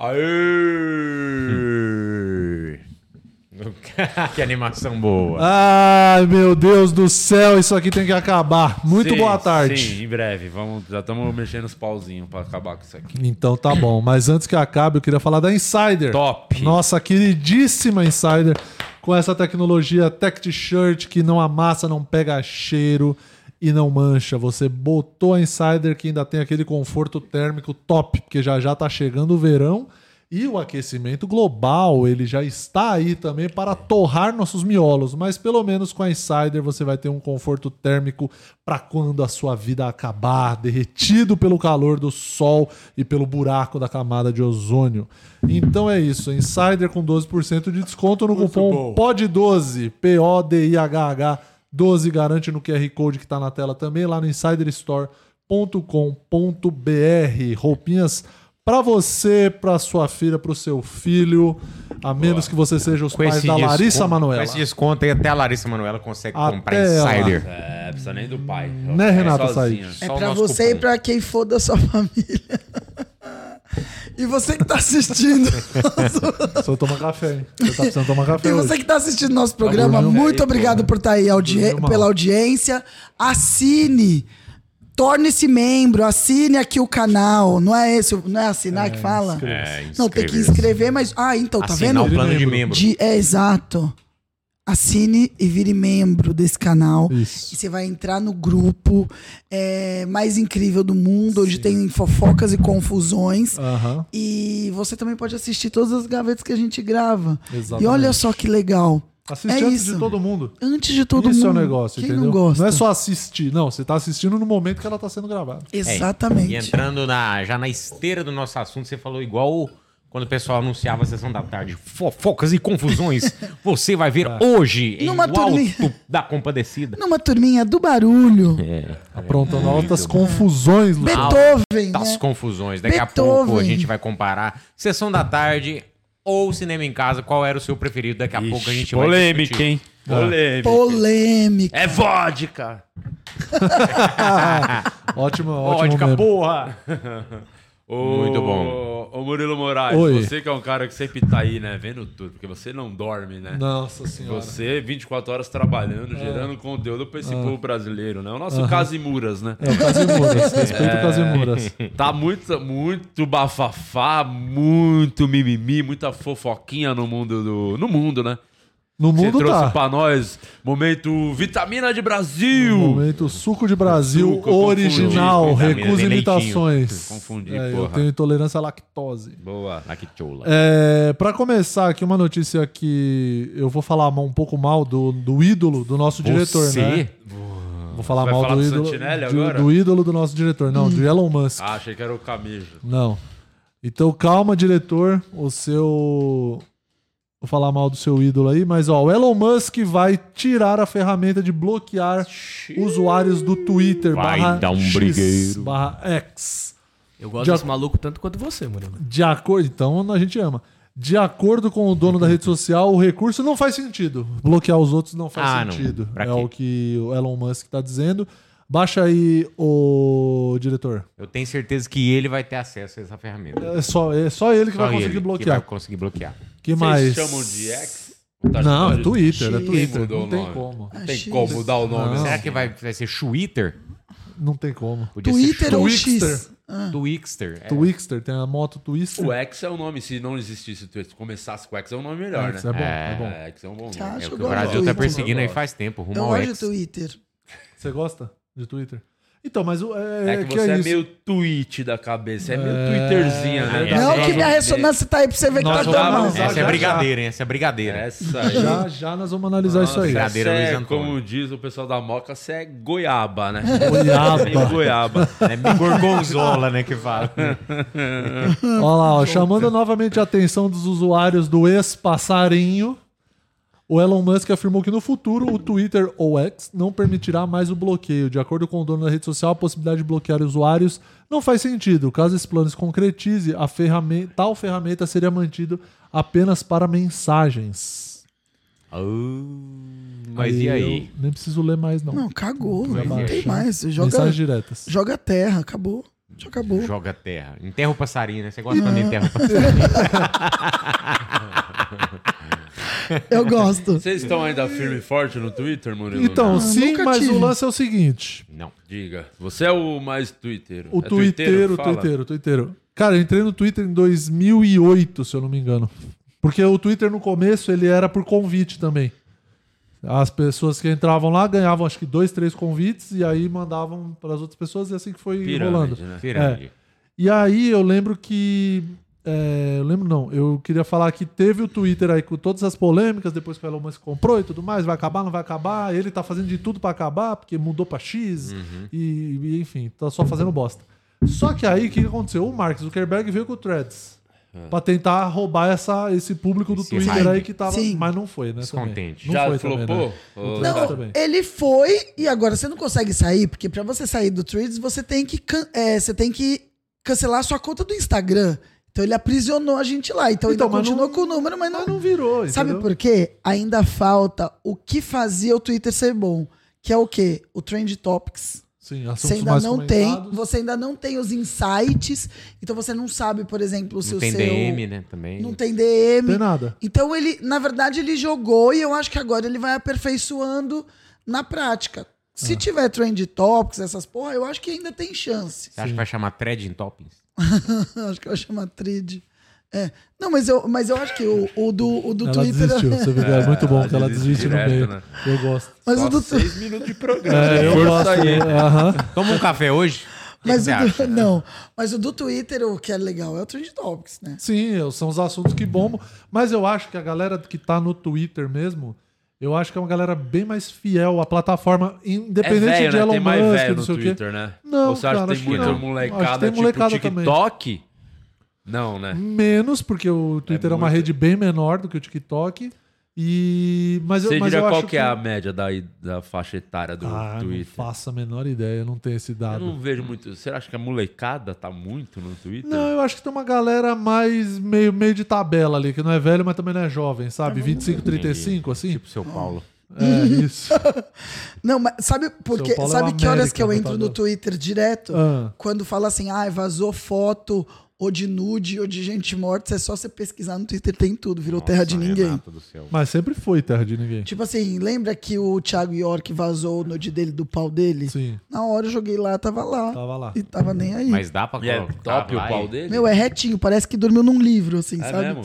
Aê! que animação boa. Ai, meu Deus do céu, isso aqui tem que acabar. Muito Sim, boa tarde. Sim, em breve. Vamos, já estamos mexendo os pauzinhos para acabar com isso aqui. Então tá bom, mas antes que acabe, eu queria falar da Insider. Top. Nossa queridíssima Insider, com essa tecnologia Tech T-shirt que não amassa, não pega cheiro e não mancha. Você botou a Insider que ainda tem aquele conforto térmico top, porque já já tá chegando o verão e o aquecimento global, ele já está aí também para torrar nossos miolos, mas pelo menos com a Insider você vai ter um conforto térmico para quando a sua vida acabar, derretido pelo calor do sol e pelo buraco da camada de ozônio. Então é isso, Insider com 12% de desconto no cupom POD12, P O D I H H 12 garante no QR Code que está na tela também, lá no insiderstore.com.br. Roupinhas para você, para sua filha, para o seu filho, a menos que você seja os pais da Larissa Manoela. Com esse desconto aí, até a Larissa Manoela consegue Até comprar ela. Insider. É, precisa nem do pai. Né, É Renata sozinha, Said? só É o pra nosso você e cupom. pra quem for da sua família. E você que tá assistindo. Só toma café, hein? Você tá precisando tomar café E você hoje. que tá assistindo nosso programa, Dormiu? muito é. obrigado por estar aí audi- Dormiu mal. pela audiência. Assine. Torne-se membro, assine aqui o canal. Não é esse, não é assinar que fala? É, não, tem que inscrever-se. inscrever, mas. Ah, então, tá Assinar o vendo? plano de membro. De- é exato. Assine e vire membro desse canal. Isso. E você vai entrar no grupo é, mais incrível do mundo, onde tem fofocas e confusões. Aham. E você também pode assistir todas as gavetas que a gente grava. Exatamente. E olha só que legal. Assiste é antes isso. de todo mundo. Antes de todo Isso mundo. é o negócio, Quem entendeu? não gosta? é só assistir. Não, você tá assistindo no momento que ela tá sendo gravada. É, E Exatamente. entrando na, já na esteira do nosso assunto, você falou igual quando o pessoal anunciava a sessão da tarde. Fofocas e confusões. você vai ver hoje em Numa O Alto turminha. da Compadecida. Numa turminha do barulho. É. Aprontando altas confusões, Luciano. Beethoven. Das né? confusões. Daqui a Beethoven. pouco a gente vai comparar sessão da tarde ou cinema em casa. Qual era o seu preferido? Daqui a pouco a gente vai Polêmica, discutir. hein? Polêmica. Polêmica. É vodka! Ótimo, ótimo. Vodka, meme. porra! Muito bom. Ô Murilo Moraes, Oi. você que é um cara que sempre tá aí, né? Vendo tudo, porque você não dorme, né? Nossa senhora. Você, 24 horas trabalhando, gerando conteúdo pra esse povo brasileiro, né? O nosso Casimuras, né? É o Casimuras, respeita o Casimuras. Tá muito, muito bafafá, muito mimimi, muita fofoquinha no mundo do. No mundo, né? No Você mundo trouxe tá. pra nós momento Vitamina de Brasil! Momento suco de Brasil Suco, eu confundi, original, vitamina, recusa tem leitinho. imitações. Confundi, é, eu porra. tenho intolerância à lactose. Boa. Ah, que chola. É, para começar aqui uma notícia que eu vou falar um pouco mal do, do ídolo do nosso diretor, Você? né? Vou falar Vai mal falar do do ídolo Santinelli do- agora? do ídolo do nosso diretor, não, do Elon Musk. Ah, achei que era o Camejo. Não. Então calma, diretor. O seu. Vou falar mal do seu ídolo aí, mas ó, o Elon Musk vai tirar a ferramenta de bloquear usuários do Twitter. Vai barra dar um X, brigueiro. Barra X. Eu gosto Já- desse maluco tanto quanto você, Murilo. De acordo. Então a gente ama. De acordo com o dono da rede social, o recurso não faz sentido. Bloquear os outros não faz Ah, não. sentido. Pra É quê? o que o Elon Musk tá dizendo. Baixa aí, o diretor. Eu tenho certeza que ele vai ter acesso a essa ferramenta. É só, é só ele que vai Só conseguir ele que bloquear. vai conseguir bloquear. Que, mais? Vocês chamam de X? Ou tá Não, chamando é de- Twitter, é X. Twitter. Mudou Não o tem nome. como. Não Ah, tem X. como mudar o nome. Não. assim. Será que vai, vai ser Twitter? Não tem como. Podia Twitter ser ou Twixter. X? Ah. Twixter. É. Twixter, tem a moto Twister. O X é o nome. Se não existisse o Twitter, começasse com X, é um nome melhor, X né? é bom, é bom. É, X é um bom Você nome. É acha? o Eu que o gosto do Brasil tá Twitter. perseguindo aí Eu faz tempo, rumo Eu ao gosto de Um X. Twitter. Você gosta de Twitter? Então, mas o- é, É que você é, meio tweet da cabeça, é meio twitterzinha, né? É, não, é, que minha é. ressonância tá aí pra você ver que Nós tá vamos tomando. analisar. Essa é Já, brigadeira, hein? Essa é brigadeira. Essa aí. Já, já nós vamos analisar isso aí. já- Nossa, Brigadeiro, essa Luiz é, Antônio. como diz o pessoal da Moca, você é goiaba, né? Goiaba. Meio goiaba. É meio gorgonzola, né, que fala. Olha lá, ó, chamando novamente a atenção dos usuários do ex-passarinho. O Elon Musk afirmou que no futuro o Twitter ou X não permitirá mais o bloqueio. De acordo com o dono da rede social, a possibilidade de bloquear usuários não faz sentido. Caso esse plano se concretize, a ferramen- tal ferramenta seria mantida apenas para mensagens. mas e aí? eu nem preciso ler mais, não. Não, cagou. Não, Vai tem mais. Joga, Mensagens diretas. joga terra, acabou. Já acabou. Joga terra. Enterra o passarinho, né? Você gosta quando enterra o passarinho. Eu gosto. Vocês estão ainda firme e forte no Twitter, Murilo? Então, Não. sim, nunca mas tive. o lance é o seguinte. Não. Diga. Você é o mais É Twitter. O Twitter, o Twitter, o Twitter. Cara, eu entrei no Twitter em 2008, se eu não me engano. Porque o Twitter no começo ele era por convite também. As pessoas que entravam lá ganhavam acho que dois, três convites e aí mandavam para as outras pessoas e assim que foi rolando. É. Pirâmide, né? Pirâmide. E aí eu lembro que. é, eu lembro não, eu queria falar que teve o Twitter aí com todas as polêmicas, depois que o Elon Musk comprou e tudo mais, vai acabar, não vai acabar, ele tá fazendo de tudo pra acabar, porque mudou pra X, Uhum. e, e enfim, tá só fazendo bosta. Só que aí o que que aconteceu? O Mark Zuckerberg veio com o Threads. Pra tentar roubar essa, esse público do É. Esse Twitter hype. aí que tava. Sim. Mas não foi, né? também. Descontente. Não Já foi também, flopou? né? Ô, O Threads Não, também. ele foi e agora você não consegue sair, porque pra você sair do Threads, você tem que can- é, você tem que cancelar a sua conta do Instagram. Então ele aprisionou a gente lá. Então, Então, ele mas continuou não- com o número, mas não, Mas não virou, Sabe entendeu? por quê? Ainda falta o que fazia o Twitter ser bom, que é o quê? O Trend Topics. Sim, assuntos Você ainda mais não tem, comentados. você ainda não tem os insights, então você não sabe, por exemplo, se Não o tem seu DM, né? Também. não tem DM. Não tem nada. Então ele, na verdade, ele jogou e eu acho que agora ele vai aperfeiçoando na prática. Ah. Se tiver Trend Topics, essas porra, eu acho que ainda tem chance. Você acha que vai chamar Threading Toppings? acho que eu chamo a Trade. É. Não, mas eu, mas eu acho que o, o do, o do Ela Twitter. desistiu, você vê, é, É, muito bom ela que ela desiste desiste direto, no meio. né? Eu gosto. Mas Só o do, seis minutos de programa. É, eu Força gosto. aí. Aham. Toma um café hoje? O que Mas você o do- acha? não, mas o do Twitter, o que é legal, é o Trend Topics, né? Sim, é, são os assuntos que bombam. Mas eu acho que a galera que tá no Twitter mesmo, eu acho que é uma galera bem mais fiel à plataforma, É independente velho, de né? Elon Tem mais Musk, velho não no sei o quê. Twitter, né? Não, Ou você acha cara, que acho tem que muita não. Acho que molecada, tem molecada tipo também. TikTok? Não, né? Menos, porque o Twitter é, uma muito. rede bem menor do que o TikTok. E... Mas, eu- Você mas diria eu qual acho que é a média da, da faixa etária do Ah, não Twitter? faço a menor ideia, não tenho esse Eu dado. não vejo muito. Você acha que a molecada tá muito no Twitter? Não, eu acho que tem uma galera mais meio, meio de tabela ali, que não é velho, mas também não é jovem, sabe? 25, 35, assim? Tipo seu Paulo. É, isso. Não, mas sabe porque São Paulo é sabe uma que horas que eu América, entro meu no Twitter direto? Ah. Quando fala assim, ah, vazou foto ou de nude ou de gente morta, é só você pesquisar no Twitter, tem tudo, virou terra de Nossa, é ninguém. Renato do céu. Mas sempre foi terra de ninguém. Tipo assim, lembra que o Thiago York vazou o nude dele do pau dele? Sim. Na hora eu joguei lá, tava lá. Tava lá. E tava nem aí. Mas dá pra E é colocar top lá o e- pau dele? Meu, é retinho, parece que dormiu num livro, assim, É sabe? mesmo?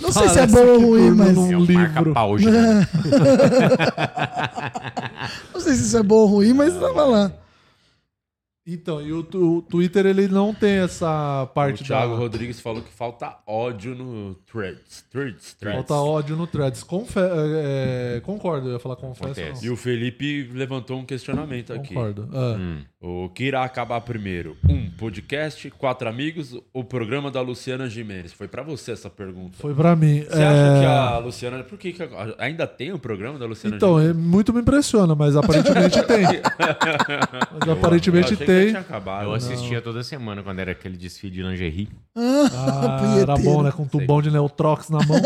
Não sei se é Parece bom ou que dormiu ruim, mas. num- É um livro. marca-pau gigante. Não sei se isso é bom ou ruim, mas tava lá. Então, e o, tu- o Twitter ele não tem essa O parte Thiago da. Rodrigues falou que falta ódio no Threads. Threads, Threads. Falta ódio no threads. Confe- é, é, concordo, eu ia falar confesso. Acontece. E o Felipe levantou um questionamento Não. aqui. Concordo. É. Hum. O que irá acabar primeiro? Um, podcast, quatro amigos, o programa da Luciana Gimenez. Foi pra você essa pergunta. Foi pra mim. Você É, acha que a Luciana. Por que, que a- ainda tem o programa da Luciana Então, Gimenez? é, muito me impressiona, mas aparentemente tem. Mas Eu aparentemente achei que já tem. tinha acabado. né? Eu assistia toda semana quando era aquele desfile de lingerie. Ah, era bom, né? Com um tubão de Neutrox na mão.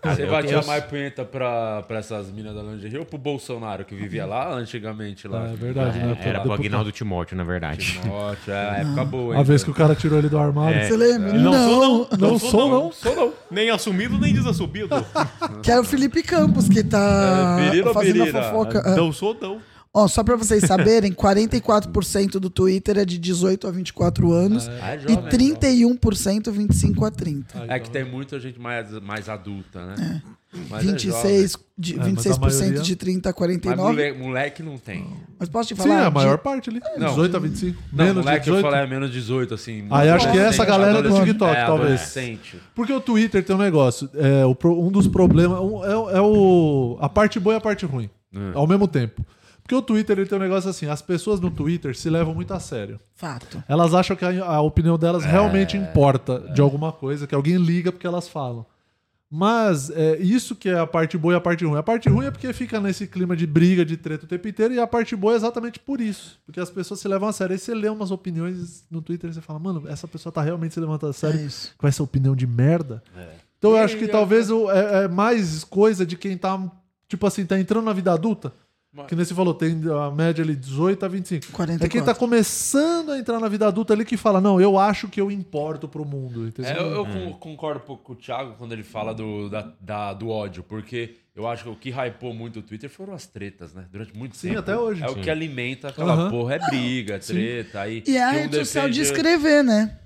Cara, Você eu batia tenho- mais punheta pra, pra essas minas da lingerie ou pro Bolsonaro que vivia lá antigamente lá? É verdade, né? Era pro Aguinaldo Timóteo, na verdade. Ótimo, é a época boa. A vez que o cara tirou É, ele do armário. É. Você lembra? Não, sou Não, sou, não. Sou não. Nem assumido, nem desassumido. Que é o Felipe Campos que tá É, birira, fazendo birira. a fofoca. É. Não sou, não. Ó, só pra vocês saberem, 44% do Twitter é de 18 a 24 anos Ah, é e jovem, 31% 25 a 30. É que tem muita gente mais, mais adulta, né? Mas é 26 de, É, mas a 26% maioria- de 30 a jovem. Mas 49. Mas, moleque, moleque não tem. posso te Sim, falar? é a de- maior parte ali. Não. 18 a 25. Não, menos de moleque eu 18. falei é menos 18, assim. Aí acho que é essa adolescente, galera do adolescente. TikTok, É, talvez. adolescente. Porque o Twitter tem um negócio. É, o pro- um dos problemas. um- é, é o, a parte boa e a parte ruim. É. Ao mesmo tempo. Porque o Twitter ele tem um negócio assim: as pessoas no Twitter se levam muito a sério. Fato. É Elas acham que a, a opinião delas realmente importa de alguma coisa, que alguém liga porque elas falam. Mas é, isso que é a parte boa e a parte ruim. A parte ruim é porque fica nesse clima de briga, de treta o tempo inteiro, e a parte boa é exatamente por isso. Porque as pessoas se levam a sério. Aí você lê umas opiniões no Twitter e você fala, mano, essa pessoa tá realmente se levantando a sério É isso. com essa opinião de merda. Então eu acho que talvez o- é, é mais coisa de quem tá, tipo assim, tá entrando na vida adulta. Mas- Que nem você falou, tem a média ali 18 a 25. É quem tá 44. começando a entrar na vida adulta ali que fala, não, eu acho que eu importo pro mundo. Entendeu? É, eu eu con- concordo um pouco com o Thiago quando ele fala do, da- da- do ódio, porque eu acho que o que hypou muito o Twitter foram as tretas, né? Durante muito Sim, tempo. até hoje. É Sim. o que alimenta aquela Aham. porra, é briga, é treta. Aí E é a um rede social de defende- escrever, né?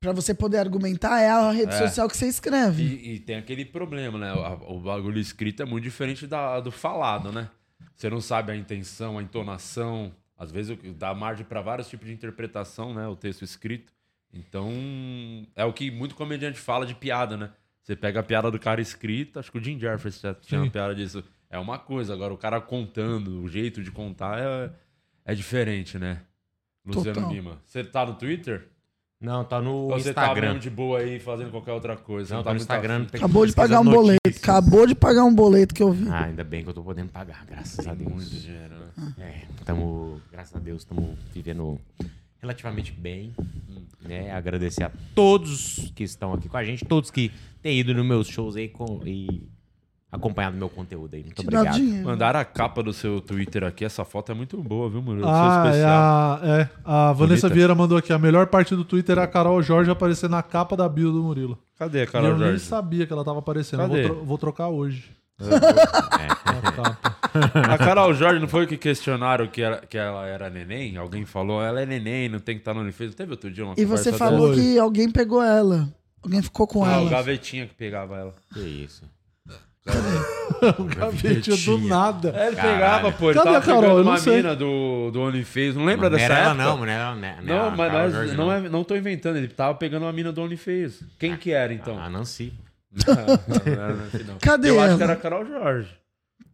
Pra você poder argumentar, é a rede É. social que você escreve. E, e tem aquele problema, né? A- O bagulho escrito é muito diferente da, do falado, né? Você não sabe a intenção, a entonação. Às vezes o- dá margem para vários tipos de interpretação, né? O texto escrito. Então, é o que muito comediante fala de piada, né? Você pega a piada do cara escrita, acho que o Jim Jeffers já tinha Sim. uma piada disso. É uma coisa, agora o cara contando, o jeito de contar é, é diferente, né? Luciano Total. Lima, você tá no Twitter? Não, tá no Ou você tá Instagram. mesmo de boa aí fazendo qualquer outra coisa? Não, Não tá no muito Instagram. afim? tem que Acabou de pesquisar pagar um boleto. notícias. Acabou de pagar um boleto que eu vi. Ah, ainda bem que eu tô podendo pagar, graças a Tem muito Deus. dinheiro, né? Ah. É, tamo, graças a Deus, estamos vivendo relativamente bem. Né? Agradecer a todos que estão aqui com a gente, todos que têm ido nos meus shows aí com- e acompanhado meu conteúdo aí. Muito Te dá obrigado. dinheiro. Mandaram a capa do seu Twitter aqui. Essa foto é muito boa, viu, Murilo? Ah, é a, é, a Vanessa Bonita. Vieira mandou aqui. A melhor parte do Twitter é a Carol Jorge aparecer na capa da bio do Murilo. Cadê, E eu Carol nem Jorge? sabia que ela tava aparecendo. Eu Vou, Cadê? É, tro- vou trocar hoje. a capa. A Carol Jorge não foi o que questionaram que, era- que ela era neném? Alguém falou, ela é neném, não tem que estar no Unifez. Teve outro dia uma E conversa você falou dela. que alguém pegou ela. Alguém ficou com dela. Ah, o ela. gavetinha que pegava ela. Que isso. O gavete Tá, do nada. É, ele Caralho. pegava, pô. Ele Cadê tava a Carol? pegando Eu não uma sei. mina do, do OnlyFans. Não lembra não dessa era ela, época? não, não era, não era- Não, não, Ah, mas Carol nós- Jorge, não, é, não tô inventando. Ele tava pegando uma mina do OnlyFans. Quem que era, então? A, a Nancy. Não, não era Nancy, não. Cadê Eu acho ela? que era a Carol Jorge.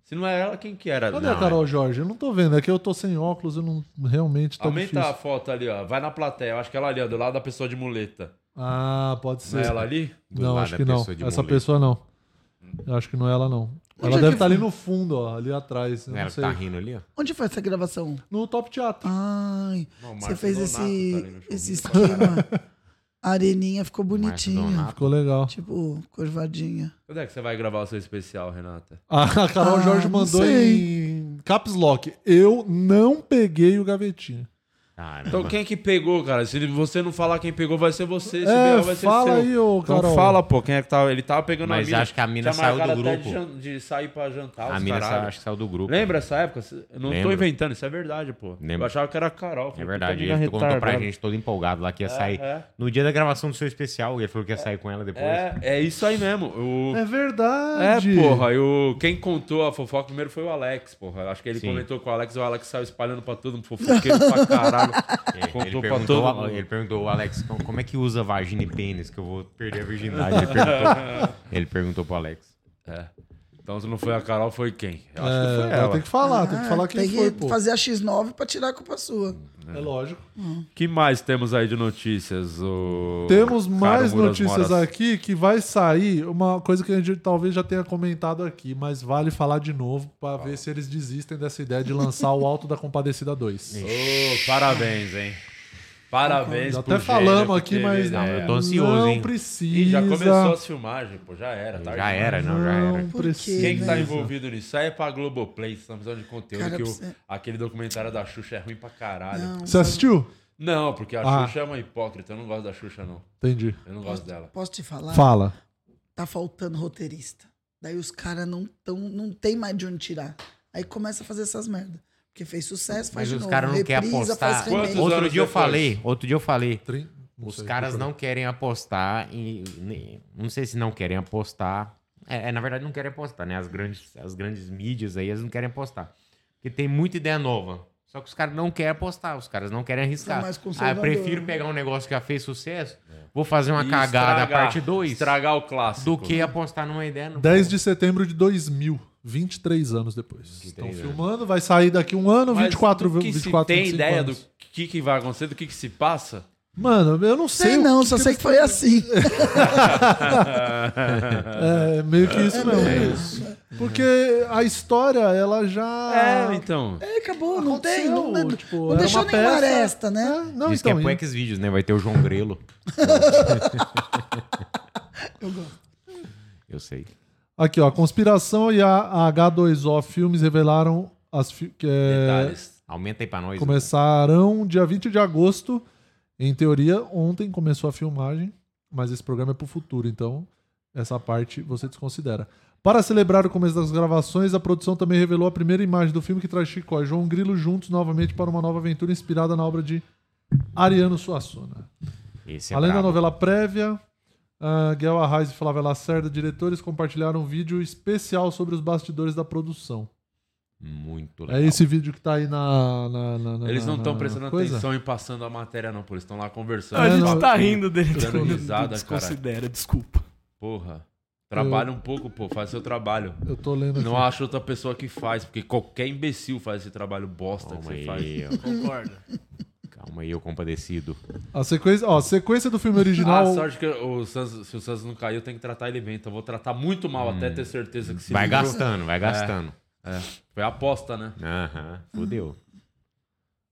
Se não era ela, quem que era? Cadê É, Não, a Carol Jorge? Eu não tô vendo. É que eu tô sem óculos, eu não realmente tá Aumenta a difícil. foto ali, ó. Vai na plateia. Eu acho que ela ali, ó, do lado da pessoa de muleta. Ah, pode ser. Não é ela ali? Do não, lado acho né, da que não. pessoa de Essa muleta. pessoa não. Eu acho que não é ela, não. Onde ela é deve que estar ali foi? no fundo, ó, ali atrás. Eu Não era que não sei. tá rindo ali, ó. Onde foi essa gravação? No Top Teatro. Ai, Não, o você Márcio fez Donato tá ali no esse, show. esse esquema. A areninha ficou bonitinha. Ah, Donato. Ficou legal. tá. Tipo, curvadinha. Quando é que você vai gravar o seu especial, Renata? A Carol Ah, Jorge não mandou sei. em Caps Lock. Eu não peguei o gavetinho. Caramba. Então quem que pegou, cara? Se você não falar quem pegou, vai ser você. Se É, vier, vai ser fala seu. aí, ô Então Carol. fala, pô. Quem é que tava? Ele tava pegando Mas a mina. acho que a mina Tinha marcado saiu do até grupo. De, jan- de sair pra jantar, a os mina caralho. sa- acho que saiu do grupo. Lembra essa época? Eu não Lembro. tô inventando, isso é verdade, pô. Lembro. Eu achava que era a Carol. É Falei, verdade. puta mina Ele contou pra retardada. gente todo empolgado lá que ia sair. é. No dia da gravação do seu especial, ele falou que ia sair com ela depois. É, é isso aí mesmo. O... É É, verdade. porra, e o- quem contou a fofoca primeiro foi o Alex, porra. Acho que ele Sim. comentou com o Alex, o Alex saiu espalhando pra todo mundo, fofoqueiro pra caralho. É, ele, Contou pra perguntou, todo mundo. ele perguntou, Alex, como, como é que usa vagina e pênis? Que eu vou perder a virgindade. Ele perguntou, ele perguntou pro Alex. É. Então se não foi a Carol, foi quem? Eu acho que foi É, ela. tem que falar, tem que Ah, falar quem tem que foi, pô. fazer a X9 pra tirar a culpa sua. É lógico. que mais temos aí de notícias? o- Temos Caro mais Muras notícias Moras? aqui que vai sair uma coisa que a gente talvez já tenha comentado aqui, mas vale falar de novo pra ver se eles desistem dessa ideia de lançar o Alto da Compadecida 2. Ô, parabéns, hein? Parabéns Já pro até gênero falamos que aqui, teve mas ideia. eu tô ansioso, não hein? precisa. é- Ih, já começou as filmagens, pô, já era. Tá Já era, não, já era. Não Por quê, né? precisa. Quem que tá envolvido nisso? Sai pra Globoplay, estamos precisando de conteúdo. Cara, que o- você- aquele documentário da Xuxa é ruim pra caralho. Não, Você assistiu? porque a Ah. Xuxa é uma hipócrita. Eu não gosto da Xuxa, não. Entendi. Eu não gosto dela. Posso te falar? Fala. Tá faltando roteirista. Daí os caras não tão, não tem mais de onde tirar. Aí começa a fazer essas merdas. Porque fez sucesso, faz Mas de os novo, caras não querem reprisa, apostar. faz remake. Quantos Outro anos dia eu depois? falei, outro dia eu falei. Trin- não Os sei, caras procura. não querem apostar em. ne- Não sei se não querem apostar. É, é, na verdade, não querem apostar, né? As grandes, as grandes mídias aí, elas não querem apostar. Porque tem muita ideia nova. Só que os caras não querem apostar, os caras não querem arriscar. São mais Ah, eu conservador, prefiro né? pegar um negócio que já fez sucesso, vou fazer uma É. E cagada estragar- parte 2 Estragar o clássico. do que é apostar numa ideia nova. 10 de setembro de 2000, 23 anos depois. Estão anos. filmando, vai sair daqui um ano, Mas 24, do que se 24 tem 25 ideia anos. do que, que vai acontecer, do que, que se passa? Mano, eu não sei. Sei o não, que só que sei que foi assim. É, meio que isso mesmo. Porque a história, ela já. É, então. É, acabou, não tem. Não, aconteceu, não tipo, era deixou uma nenhuma peça. aresta, né? É, não, Diz então. que é pro Xvideos, né? Vai ter o João Grelo. Eu gosto. Eu sei. Aqui, ó. A Conspiração e a H2O Filmes revelaram As fi- que é, Detalhes. Aumenta aí pra nós. começaram dia 20 de agosto. Em teoria, ontem começou a filmagem, mas esse programa é pro futuro, então essa parte você desconsidera. Para celebrar o começo das gravações, a produção também revelou a primeira imagem do filme que traz Chico e João Grilo juntos novamente para uma nova aventura inspirada na obra de Ariano Suassuna. Esse é Além brabo. da novela prévia, ah, Guel Arraes e Flávia Lacerda, diretores, compartilharam um vídeo especial sobre os bastidores da produção. Muito legal. É esse vídeo que tá aí na. na- na- na- Eles não estão na- prestando Ah, coisa? atenção em passando a matéria, não, pô. Eles estão lá conversando. É, a gente não, tá eu- rindo dele. Tô dando risada, Desconsidera, desculpa. Porra. Trabalha um pouco, pô. Faz seu trabalho. Eu tô lendo aqui. Não acho outra pessoa que faz, porque qualquer imbecil faz esse trabalho bosta que Calma você faz. aí, ó. Concorda. Calma aí, eu compadecido. A sequência, ó, a sequência do filme Ah, original. sorte que o Santos, se o Santos não caiu, tem que tratar ele bem. Então eu vou tratar muito mal até ter certeza que se Hum. Vai livrou. gastando, vai gastando. Foi a aposta, né? Aham, fudeu.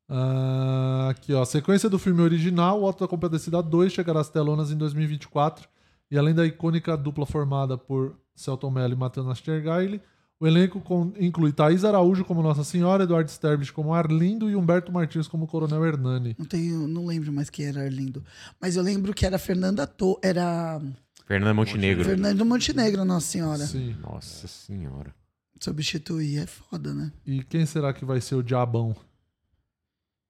Ah, aqui, ó. A sequência do filme original, O Auto da Compadecida 2, chegará às telonas em 2024. E além da icônica dupla formada por Celton Mello e Matheus Nastergaile, o elenco con- inclui Thaís Araújo como Nossa Senhora, Eduardo Sterblich como Arlindo e Humberto Martins como Coronel Hernani. Não tenho, não lembro mais quem era Arlindo. Mas eu lembro que era Fernanda To, era Fernando Montenegro. Fernando Montenegro, Nossa Senhora. Sim. Nossa senhora. Substituir é foda, né? E quem será que vai ser o Diabão?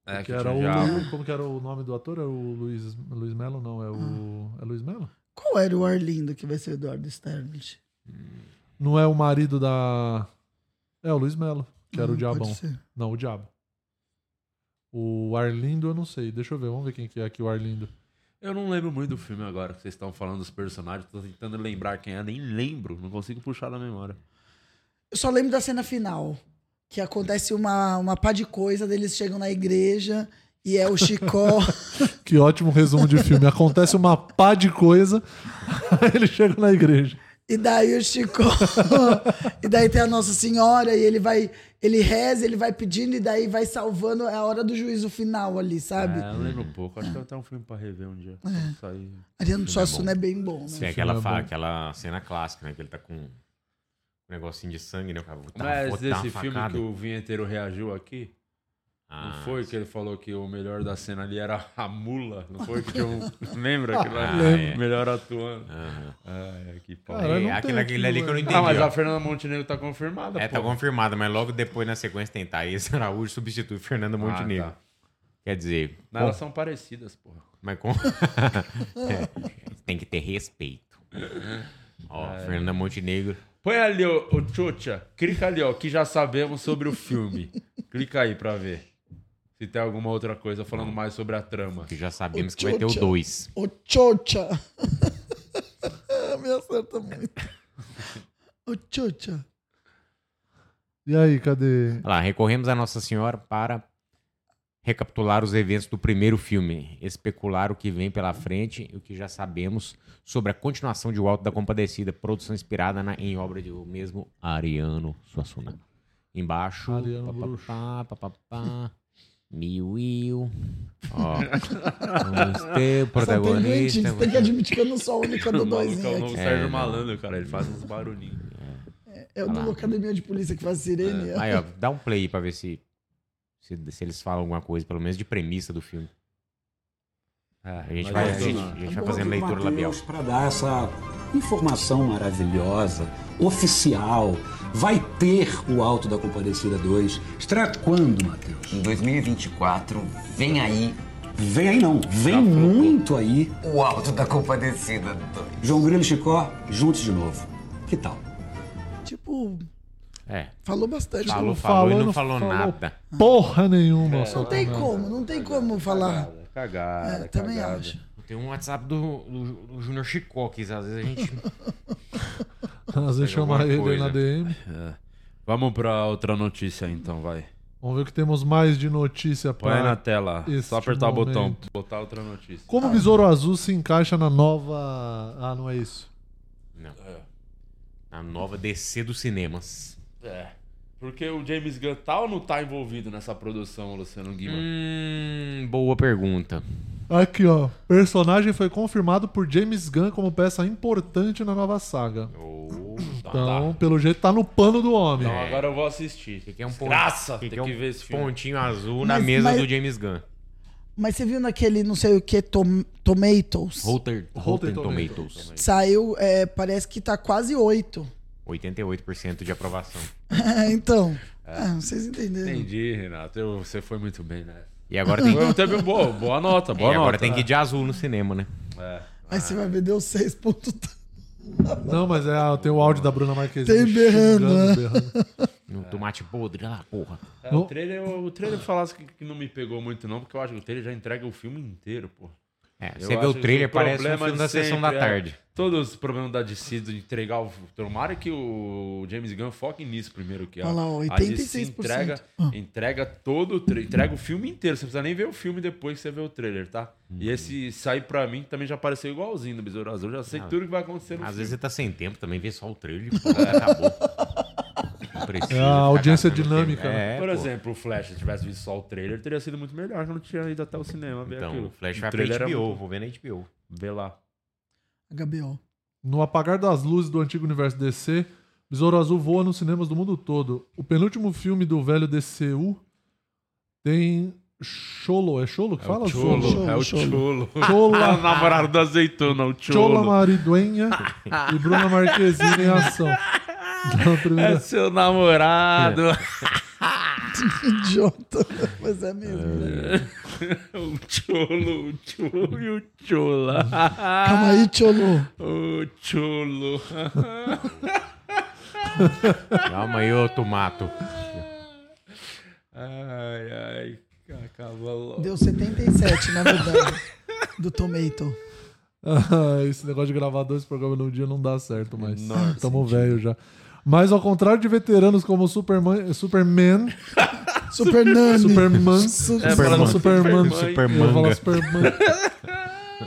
É, que que era um- tinha o, diabo. Como que era o nome do ator? É o Luiz, Luiz Melo? Não, é o. Ah. É Luiz Melo? Qual era o Arlindo que vai ser o Eduardo Sterblich? Não é o marido da. É o Luiz Melo, que era o Hum, pode Diabão. ser. Não, o Diabo. O Arlindo, eu não sei. Deixa eu ver, vamos ver quem que é aqui o Arlindo. Eu não lembro muito do filme agora, que vocês estão falando dos personagens. Tô tentando lembrar quem é, nem lembro. Não consigo puxar da memória. Eu só lembro da cena final. Que acontece uma, uma pá de coisa, daí eles chegam na igreja e é o Chicó. Que ótimo resumo de filme. Acontece uma pá de coisa, aí ele chega na igreja. E daí o Chico. e daí tem a Nossa Senhora, e ele vai. Ele reza, ele vai pedindo, e daí vai salvando. É a hora do juízo final ali, sabe? É, eu lembro um pouco. Acho que tem até um filme pra rever um dia. Isso aí. Filme Ariano é Suassuna é, bem bom, né? Tem aquela, filme fa- é bom. aquela cena clássica, né? Que ele tá com um negocinho de sangue, né? O cara vou dar uma Mas foto, dar uma esse filme facada. que o vinheteiro reagiu aqui, Ah, não foi que ele falou que o melhor da cena ali era a mula? Não foi que tinha um. Lembra? Que lá, Lembro. Melhor atuando. Ah, é. aham. Ai, que pau. Cara, não é, tem aquele, aquele ali que eu não aquilo, entendi. Ah, mas ó. a Fernanda Montenegro tá confirmada, É, pô. tá confirmada, mas logo depois na sequência tem Thaís Araújo substitui Fernando Montenegro. Ah, tá. Quer dizer, Mas elas são parecidas, porra. mas com... É, tem que ter respeito. Ó, Fernanda Montenegro. Põe ali, ô, ô Tchutcha. Clica ali, ó, que já sabemos sobre o filme. Clica aí pra ver. Se tem alguma outra coisa falando mais sobre a trama. Que já sabemos O que vai ter o Tchotcha. 2. O Chocha. Me acerta muito. O Chocha. E aí, cadê? Olha lá, recorremos a Nossa Senhora para recapitular os eventos do primeiro filme, especular o que vem pela frente e o que já sabemos sobre a continuação de O Alto da Compadecida, produção inspirada na- em obra do mesmo Ariano Suassuna. Embaixo, pá, Ariano pá, Bruxo. pá, pá, pá, pá, Miu, iu. Ó, vamos ter o Só tem doente, protagonista. você tem que admitir que eu não sou a única do né? O maluco é o doisinho novo aqui. Sérgio não. Malandro, cara. Ele faz uns barulhinhos. É o do Academia de Polícia que faz sirene. Aí, ó, dá um play pra ver se, se, se eles falam alguma coisa, pelo menos de premissa do filme. Ah, A gente, vai, a gente, a gente vai fazendo leitura labial. para dar essa informação maravilhosa, oficial. Vai ter o Alto da Compadecida 2. Estreia quando, Matheus? Em 2024, vem aí Vem aí não, vem muito aí. o Alto da Compadecida 2. João Grilo e Chicó, juntos de novo. Que tal? Tipo, É. falou bastante. Falou, Não falou, e não falou, falou, não falou. nada. Porra nenhuma, só Não tem tá- como, não tem como falar. Cagada, cagada. É, também cagada. acho. Tem um WhatsApp do, do, do Júnior Chicó, que às vezes a gente. Às vezes chama alguma ele aí coisa. na DM. Vamos pra outra notícia então, vai. Vamos ver o que temos mais de notícia Põe aí para na tela. este Só apertar o botão. momento. Botar outra notícia. Como o Besouro Azul se encaixa na nova. Ah, não é isso. Não. A nova DC dos cinemas. É. Porque o James Gunn tá ou não tá envolvido nessa produção, Luciano Guima? Hum, boa pergunta. Aqui, ó. Hum, Personagem foi confirmado por James Gunn como peça importante na nova saga. Então, pelo jeito, tá no pano do homem. Então agora eu vou assistir. É. Que que é um ponto- Graça! que Tem que que, é um ver esse filme. pontinho azul na Mas- mesa mas- do James Gunn. Mas você viu naquele não sei o que, tom, Tomatoes? Rotten, Rotten Rotten Tomatoes. Saiu, é, parece que tá quase oito. 88% de aprovação. então, ah, vocês entenderam. Entendi, Renato. Eu- você foi muito bem, né? E agora tem que, Foi- Teve boa, boa nota, e boa É, nota. agora tem que ir de azul no cinema, né? Aí você vai ver, deu seis pontos. Não, mas é, ah, tem o áudio da Bruna Marquezine. Tem berrando, xingando, né? berrando. No tomate podre lá, porra. É, o trailer, o trailer falasse que, que não me pegou muito, não, porque eu acho que o trailer já entrega o filme inteiro, pô. É, Eu você vê acho o que trailer, parece um problema filme de da sessão da sempre é tarde. Todos os problemas da DC de entregar o. Tomara que o James Gunn foque nisso primeiro que a- Olha lá, ó, a DC 86%. entrega, Ah. entrega todo o tra- entrega o filme inteiro. Você não precisa nem ver o filme depois que você vê o trailer, tá? Uhum. E esse sai pra mim também já pareceu igualzinho do Besouro Azul. Eu já sei tudo que vai acontecer no Ah, Às filme. vezes você tá sem tempo também, vê só o trailer e pô, acabou. Não precisa É a ficar audiência gastando dinâmica, tempo. né? É, Por pô. exemplo, o Flash, se tivesse visto só o trailer, teria sido muito melhor que eu não tinha ido até o cinema ver Então, aquilo. o Flash O vai pra trailer era HBO, muito- vou ver na HBO. Vê lá. HBO. No apagar das luzes do antigo universo DC, Besouro Azul voa nos cinemas do mundo todo. O penúltimo filme do velho DCU tem Cholo. É Cholo que fala? o Cholo, Cholo. é o Cholo. Cholo. Chola- o namorado da azeitona, o Chola Cholo. Mariduenha e Bruna Marquezine em ação. Na É primeira... seu namorado. Idiota. Mas é mesmo, né? o Cholo, o Cholo e o Chola. Calma aí, Tcholo. O Cholo. Calma aí, ô tomato. É, Ai, ai. Acaba logo. Deu 77, na verdade. Do Tomato. Ah, Esse negócio de gravar dois programas num dia não dá certo, mas Menor estamos velho já. Mas ao contrário de veteranos como Superman, Superman, Super Nani. Superman, Su- É, pra Superman, não- Superman, Eu ia falar Supermanga.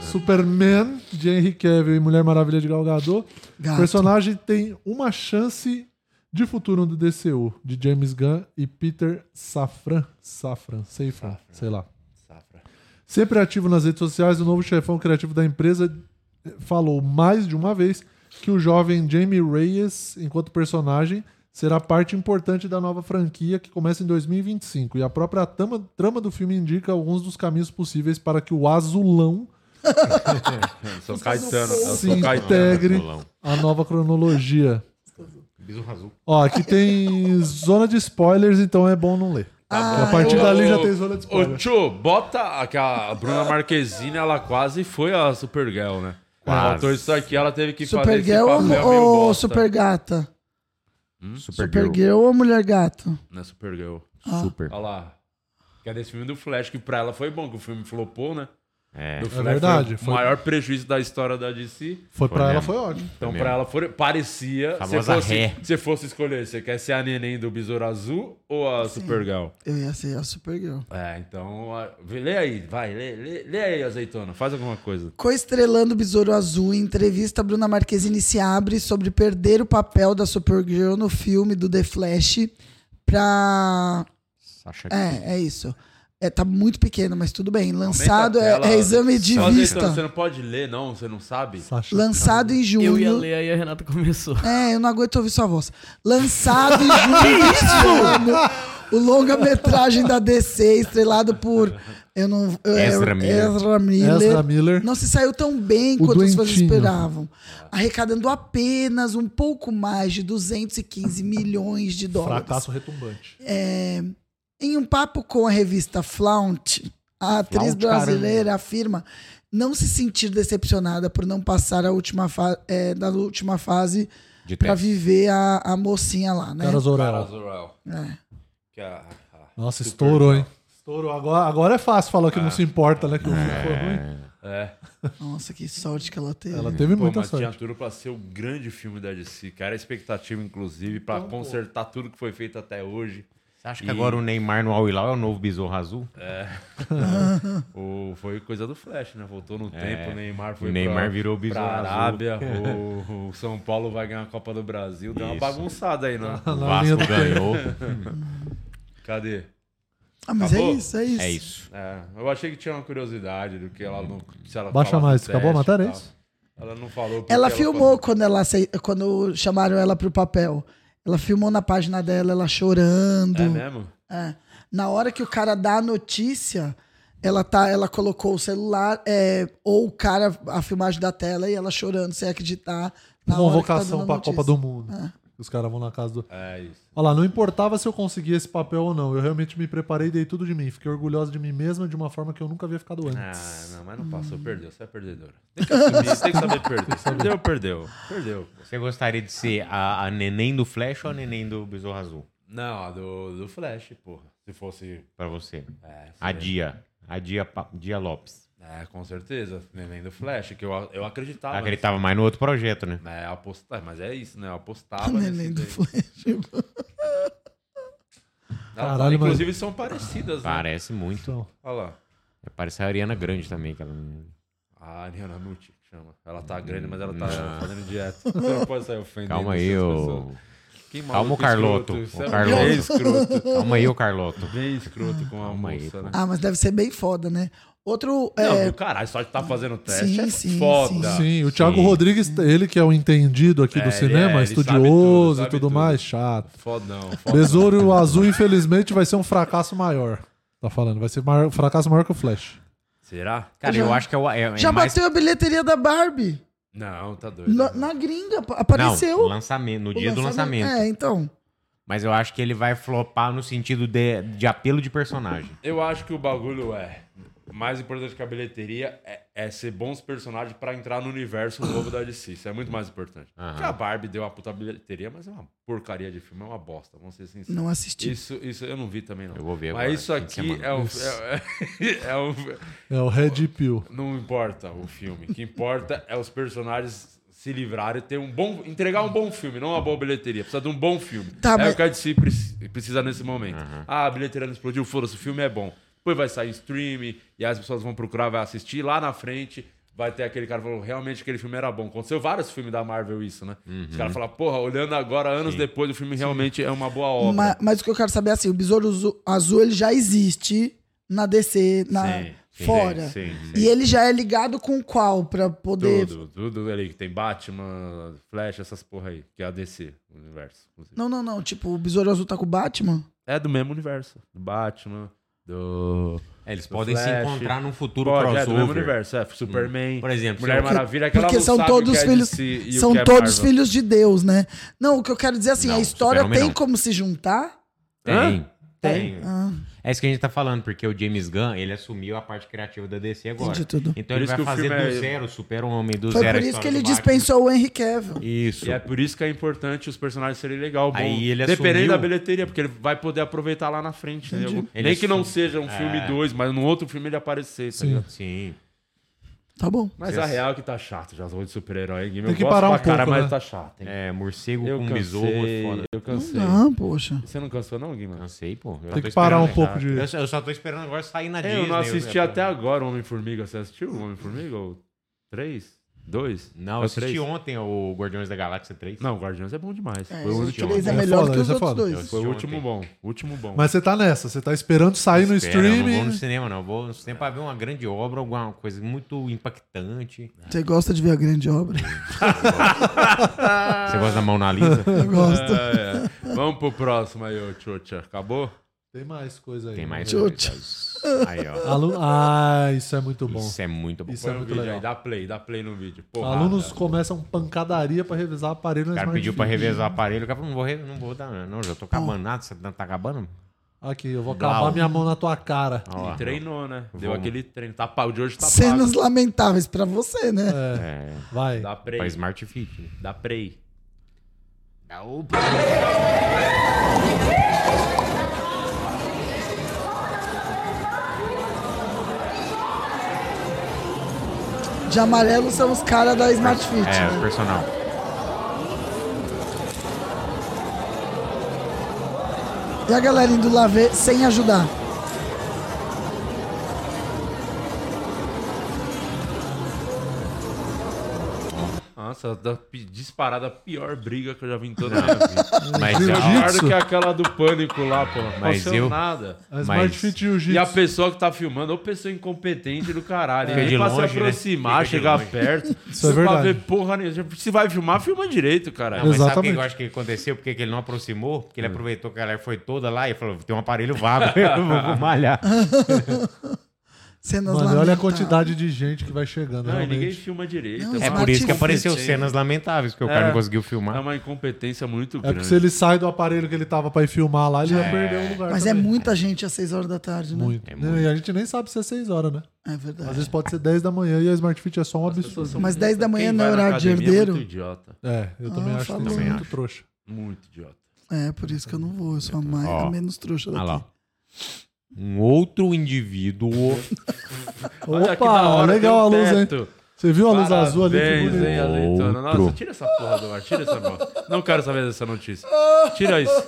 Superman. Superman de Henry Cavill e Mulher Maravilha de Gal Gadot. O Gato. personagem tem uma chance de futuro no DCU, de James Gunn e Peter Safran, Safran, Safran, sei lá. Safra. Sempre ativo nas redes sociais, o novo chefão criativo da empresa eh, falou mais de uma vez que o jovem Jamie Reyes, enquanto personagem, será parte importante da nova franquia que começa em 2025. E a própria tama- trama do filme indica alguns dos caminhos possíveis para que o azulão Eu sou tá Caetano. Eu se sou Caetano. integre Azulão. à nova cronologia. Besouro azul. Ó, aqui tem zona de spoilers, então é bom não ler. Porque a partir Ô, dali já ô, tem zona de Ô, spoilers. Tio, bota que a Bruna Marquezine, ela quase foi a Supergirl, né? Quase. Faltou isso aqui, ela teve que fazer esse Supergirl papel meio ou, ou bosta. Supergata? Hum? Supergirl. Supergirl ou Mulher Gato? Não é Supergirl. Ah. Super. Olha lá. Cadê esse filme do Flash? Que pra ela foi bom, que o filme flopou, né? É. Do Flash verdade, Foi o foi- maior prejuízo da história da DC. Foi Foi pra ela, mesmo. foi ótimo. Então, mesmo. pra ela, foi, parecia. Se Famosa fosse, ré. se fosse escolher, você quer ser a neném do Besouro Azul ou a Supergirl? Eu ia ser a Supergirl. É, então. a- vê- Lê aí, vai, lê, lê, lê aí, azeitona. Faz alguma coisa. Coestrelando Besouro Azul, em entrevista, Bruna Marquezine se abre sobre perder o papel da Supergirl no filme do The Flash pra... Sasha É, é isso. É, tá muito pequeno, mas tudo bem. Lançado, Aumenta a é, tela, é exame de Ô, Azeitona, você vista. não pode ler, não, você não sabe? Sasha. Lançado em junho... Eu ia ler, aí a Renata começou. É, eu não aguento ouvir sua voz. Lançado em junho deste ano, o longa-metragem da DC, estrelado por. Eu não, eu- Ezra eu- Miller. Ezra Miller. Ezra Miller. Não se saiu tão bem O quanto os fãs doentinho. esperavam. Arrecadando apenas um pouco mais de 215 milhões de dólares. Fracasso retumbante. É, em um papo com a revista Flaunt, a atriz Flaunt, brasileira afirma não se sentir decepcionada por não passar a última fa- é, da última fase De pra teste. viver a, a mocinha lá, né? Cara Cara, Zorel. Azurel. É. Que a- a- Nossa, Super estourou, legal. hein? Estourou. Agora, agora é fácil falar que não se importa, né? Que o filme foi ruim. É, Nossa, que sorte que ela teve. Ela teve pô, muita mas tinha sorte. tudo pra ser o grande filme da DC, cara. A expectativa, inclusive, pra consertar tudo que foi feito até hoje. Então, Você acha que agora o Neymar no Al-Hilal é o novo besouro azul? O, foi coisa do Flash, né? Voltou no tempo, o Neymar foi É. O Neymar pra, virou o pra Besouro Azul. Arábia, o, o São Paulo vai ganhar a Copa do Brasil. Deu uma Isso. bagunçada aí, né? O Na Vasco linha do ganhou. Cadê? Ah, mas Acabou? é isso, é isso. É isso. É, eu achei que tinha uma curiosidade do que ela não. Se ela Baixa falava mais. do Acabou a teste matéria, e é Tá tal. isso? Ela não falou. porque Ela filmou quando, ela, acei- quando chamaram ela pro papel. Ela filmou na página dela, ela chorando. É mesmo? É. Na hora que o cara dá a notícia, ela tá, ela colocou o celular, é, ou o cara, a filmagem da tela e ela chorando sem acreditar. Na Convocação hora que tá dando pra a notícia. É. Copa do Mundo. Os caras vão na casa do. É isso. Olha lá, não importava se eu conseguia esse papel ou não. Eu realmente me preparei e dei tudo de mim. Fiquei orgulhosa de mim mesma de uma forma que eu nunca havia ficado antes. Ah, não, mas não passou, perdeu, você é perdedora. Tem que assumir, tem que saber perder. Perdeu, perdeu. Perdeu. Você gostaria de ser a, a neném do Flash ou a neném do Besouro Azul? Não, a do, do Flash, porra. Se fosse. Pra você. É, A se- Dia. A Dia, Pa- Dia Lopes. é com certeza. Neném do Flash, que eu, eu acreditava. Acreditava mais no outro projeto, né? É, apostar, mas é isso, né? Eu apostava. Ah, nesse Neném do daí. Flash. Elas, Caralho, inclusive são parecidas, né? Parece muito. É, Então, Olha lá. Parece a Ariana Grande também, aquela menina. A Ariana Muti que chama. Ela tá grande, mas ela tá fazendo dieta. Você não pode sair ofendendo. Calma aí, essas ô. pessoas. Que Calma, maluco o Carloto. escroto. O Você é Carloto. bem escroto. Calma aí, ô Carloto. Bem escroto com a Calma aí, moça, pô. né? Ah, mas deve ser bem foda, né? Outro. Não, é, meu caralho, só de tá fazendo teste Sim, é sim, foda. sim, o Thiago Rodrigues, ele que é o entendido aqui É, do ele cinema, é, ele estudioso sabe tudo, e sabe tudo, tudo. mais, chato. Fodão, fodão. Besouro Azul, infelizmente, vai ser um fracasso maior. Tá falando, vai ser maior- um fracasso maior que o Flash. Será? Cara, Já- eu acho que é, o- é, é já mais... bateu a bilheteria da Barbie. Não, tá doido. Na, na gringa, pa- Não, apareceu. lançamento, no O dia do lançamento. É, então. Mas eu acho que ele vai flopar no sentido de, de apelo de personagem. Eu acho que o bagulho é. Mais importante que a bilheteria é, é ser bons personagens pra entrar no universo novo da DC. Isso é muito mais importante. Aham. Porque a Barbie deu uma puta bilheteria, mas é uma porcaria de filme, é uma bosta, vamos ser sinceros. Não assisti. Isso, isso eu não vi também, não. Eu vou ver Mas agora, isso fim de aqui semana. é um, Isso. é, é um- É o Red Pill. Não importa o filme. O que importa é os personagens se livrarem, ter um bom, entregar um bom filme, não uma boa bilheteria. Precisa de um bom filme. Tá, é mas- o que a DC pre- precisa nesse momento. Ah, a bilheteria não explodiu, foda-se, o filme é bom. Depois vai sair streaming, e aí as pessoas vão procurar, vai assistir. Lá na frente vai ter aquele cara que falou, realmente aquele filme era bom. Aconteceu vários filmes da Marvel isso, né? Uhum. Os caras falam, porra, olhando agora, anos depois, o filme realmente é uma boa obra. Ma- mas o que eu quero saber é assim: o Besouro Azu- Azul ele já existe na DC, na, Sim, sim, fora. sim, sim. E ele já é ligado com qual pra poder. Tudo, tudo ali. Tem Batman, Flash, essas porra aí. Que é a DC, o universo. inclusive. Não, não, não. Tipo, o Besouro Azul tá com o Batman? É do mesmo universo. Do Batman, do. É, eles do podem se Flash. encontrar num futuro Pode, é do mesmo crossover. Hum. universo. É, Superman, Por exemplo, Mulher se- Maravilha, aquela Porque não são sabe o todos que é filhos. DC e o são que é todos Marvel. filhos de Deus, né? Não, o que eu quero dizer é assim: Não, a história Super-Homem tem não. como se juntar? Tem. Tem. Ah, É isso que a gente tá falando, porque o James Gunn, ele assumiu a parte criativa da DC agora. entendi tudo. Então Por ele isso vai que o fazer do filme é- zero o Super-Homem, do Foi zero por a isso história que ele do Batman. dispensou o Henry Cavill. Isso. E é por isso que é importante os personagens serem legal, bom. Aí ele Dependendo assumiu- da bilheteria, porque ele vai poder aproveitar lá na frente. entendeu? Ele Nem que não assumiu- seja um filme É. 2, mas num outro filme ele aparecer, tá ligado? Sim. Tá bom. Mas Sim. a real é que tá chato, já sou de super-herói. Game. Tem eu que gosto parar pra um pouco, cara, mas né? tá chato. hein? É, morcego Eu com cansei, besouro é foda. eu cansei. Ah, poxa. Você não cansou não, Guimarães? Cansei, pô. Eu Tem tô que parar um esperando, pouco cara. de- Eu, só- eu só tô esperando agora sair na Disney. É, né, Eu não assisti eu- até agora o Homem-Formiga. Você assistiu o Homem-Formiga? O É 3? 2? Não, eu assisti ontem o Guardiões da Galáxia 3. Não, Guardiões é bom demais. É, foi o o último, três é É melhor foda, que os esse é outros foda. dois. foi o assisti último ontem. bom. o Último bom. Mas você tá nessa, você tá esperando sair no Espera, eu Não vou no streaming. cinema, não. Eu Vou no cinema pra ver uma grande obra, alguma coisa muito impactante. Você gosta de ver a grande obra? Você gosta da Mona Lisa? Eu gosto. Ah, é. Vamos pro próximo aí, ô Tchotcha. Acabou? Tem mais coisa aí. Tem mais Tchau, coisas. Aí, Tá ó. Alu- Ah, isso é muito bom. Isso é muito bom. Isso Põe é um muito vídeo legal. aí. Dá play, dá play no vídeo. Porra, Alunos começam pancadaria pra revisar aparelho na O cara Smart pediu pra Fit. revezar o aparelho. O cara falou, não vou, re- não vou dar, não. Já tô acabando nada. Você tá tá acabando? Aqui, eu vou acabar um- Blau. minha mão na tua cara. Ó lá. Treinou, né? Deu Vamos. aquele treino. Tá pago. De hoje tá Cenas pago. lamentáveis pra você, né? É, Vai. um- Dá pra play. Smart Fit. né? Dá play. De amarelo são os caras da Smart Fit. É, o né? personal. E a galera indo lá ver sem ajudar. Ah, Nossa, da pi- disparada a pior briga que eu já vi em toda a minha vida. Mas é uma- Pior do Jiu-jitsu? que aquela do pânico lá, pô. Não Mas aconteceu eu- nada. A Smart Mas- Fit E a Jiu-Jitsu. pessoa que tá filmando, ou pessoa incompetente do caralho. Fica Nem de pra longe, se né? aproximar, Fica de chegar longe. perto. Isso é Não dá pra verdade. ver porra nenhuma. Se vai filmar, filma direito, caralho. Não, mas sabe o que Exatamente. eu acho que aconteceu? Porque que ele não aproximou, porque ele aproveitou que a galera foi toda lá e falou: tem um aparelho vago, eu vou vou malhar. Ah, Cenas Mano, olha a lamentáveis. quantidade de gente que vai chegando, Não, e ninguém realmente. filma direito. Não, é, É uma, por isso que Smart apareceu Fit, cenas lamentáveis, porque o É. cara não conseguiu é filmar. uma incompetência muito É porque grande. se ele sai do aparelho que ele tava pra ir filmar lá, ele já perdeu o lugar. Mas é também. muita gente às 6 horas da tarde, né? Muito. É Não, muito. E a gente nem sabe se é 6 horas, né? É Às verdade. vezes pode ser 10 da manhã e a Smart Fit é só um absurdo. Mas 10 da manhã Quem não é vai na horário de academia herdeiro? É muito idiota. É, eu também Ah, acho que falou. tem que ser Também muito trouxa. Muito idiota. É, por isso que eu não vou. Eu sou a, mais, Ó. a menos trouxa Olha daqui. lá. Um outro indivíduo. Olha é que da Opa, hora, legal a tem um luz, hein? teto. Você viu a luz azul ali? Que Parabéns, hein, bonito. azeitona. Nossa, Outro. tira essa porra do ar, tira essa bosta. Não quero saber dessa notícia. Tira isso.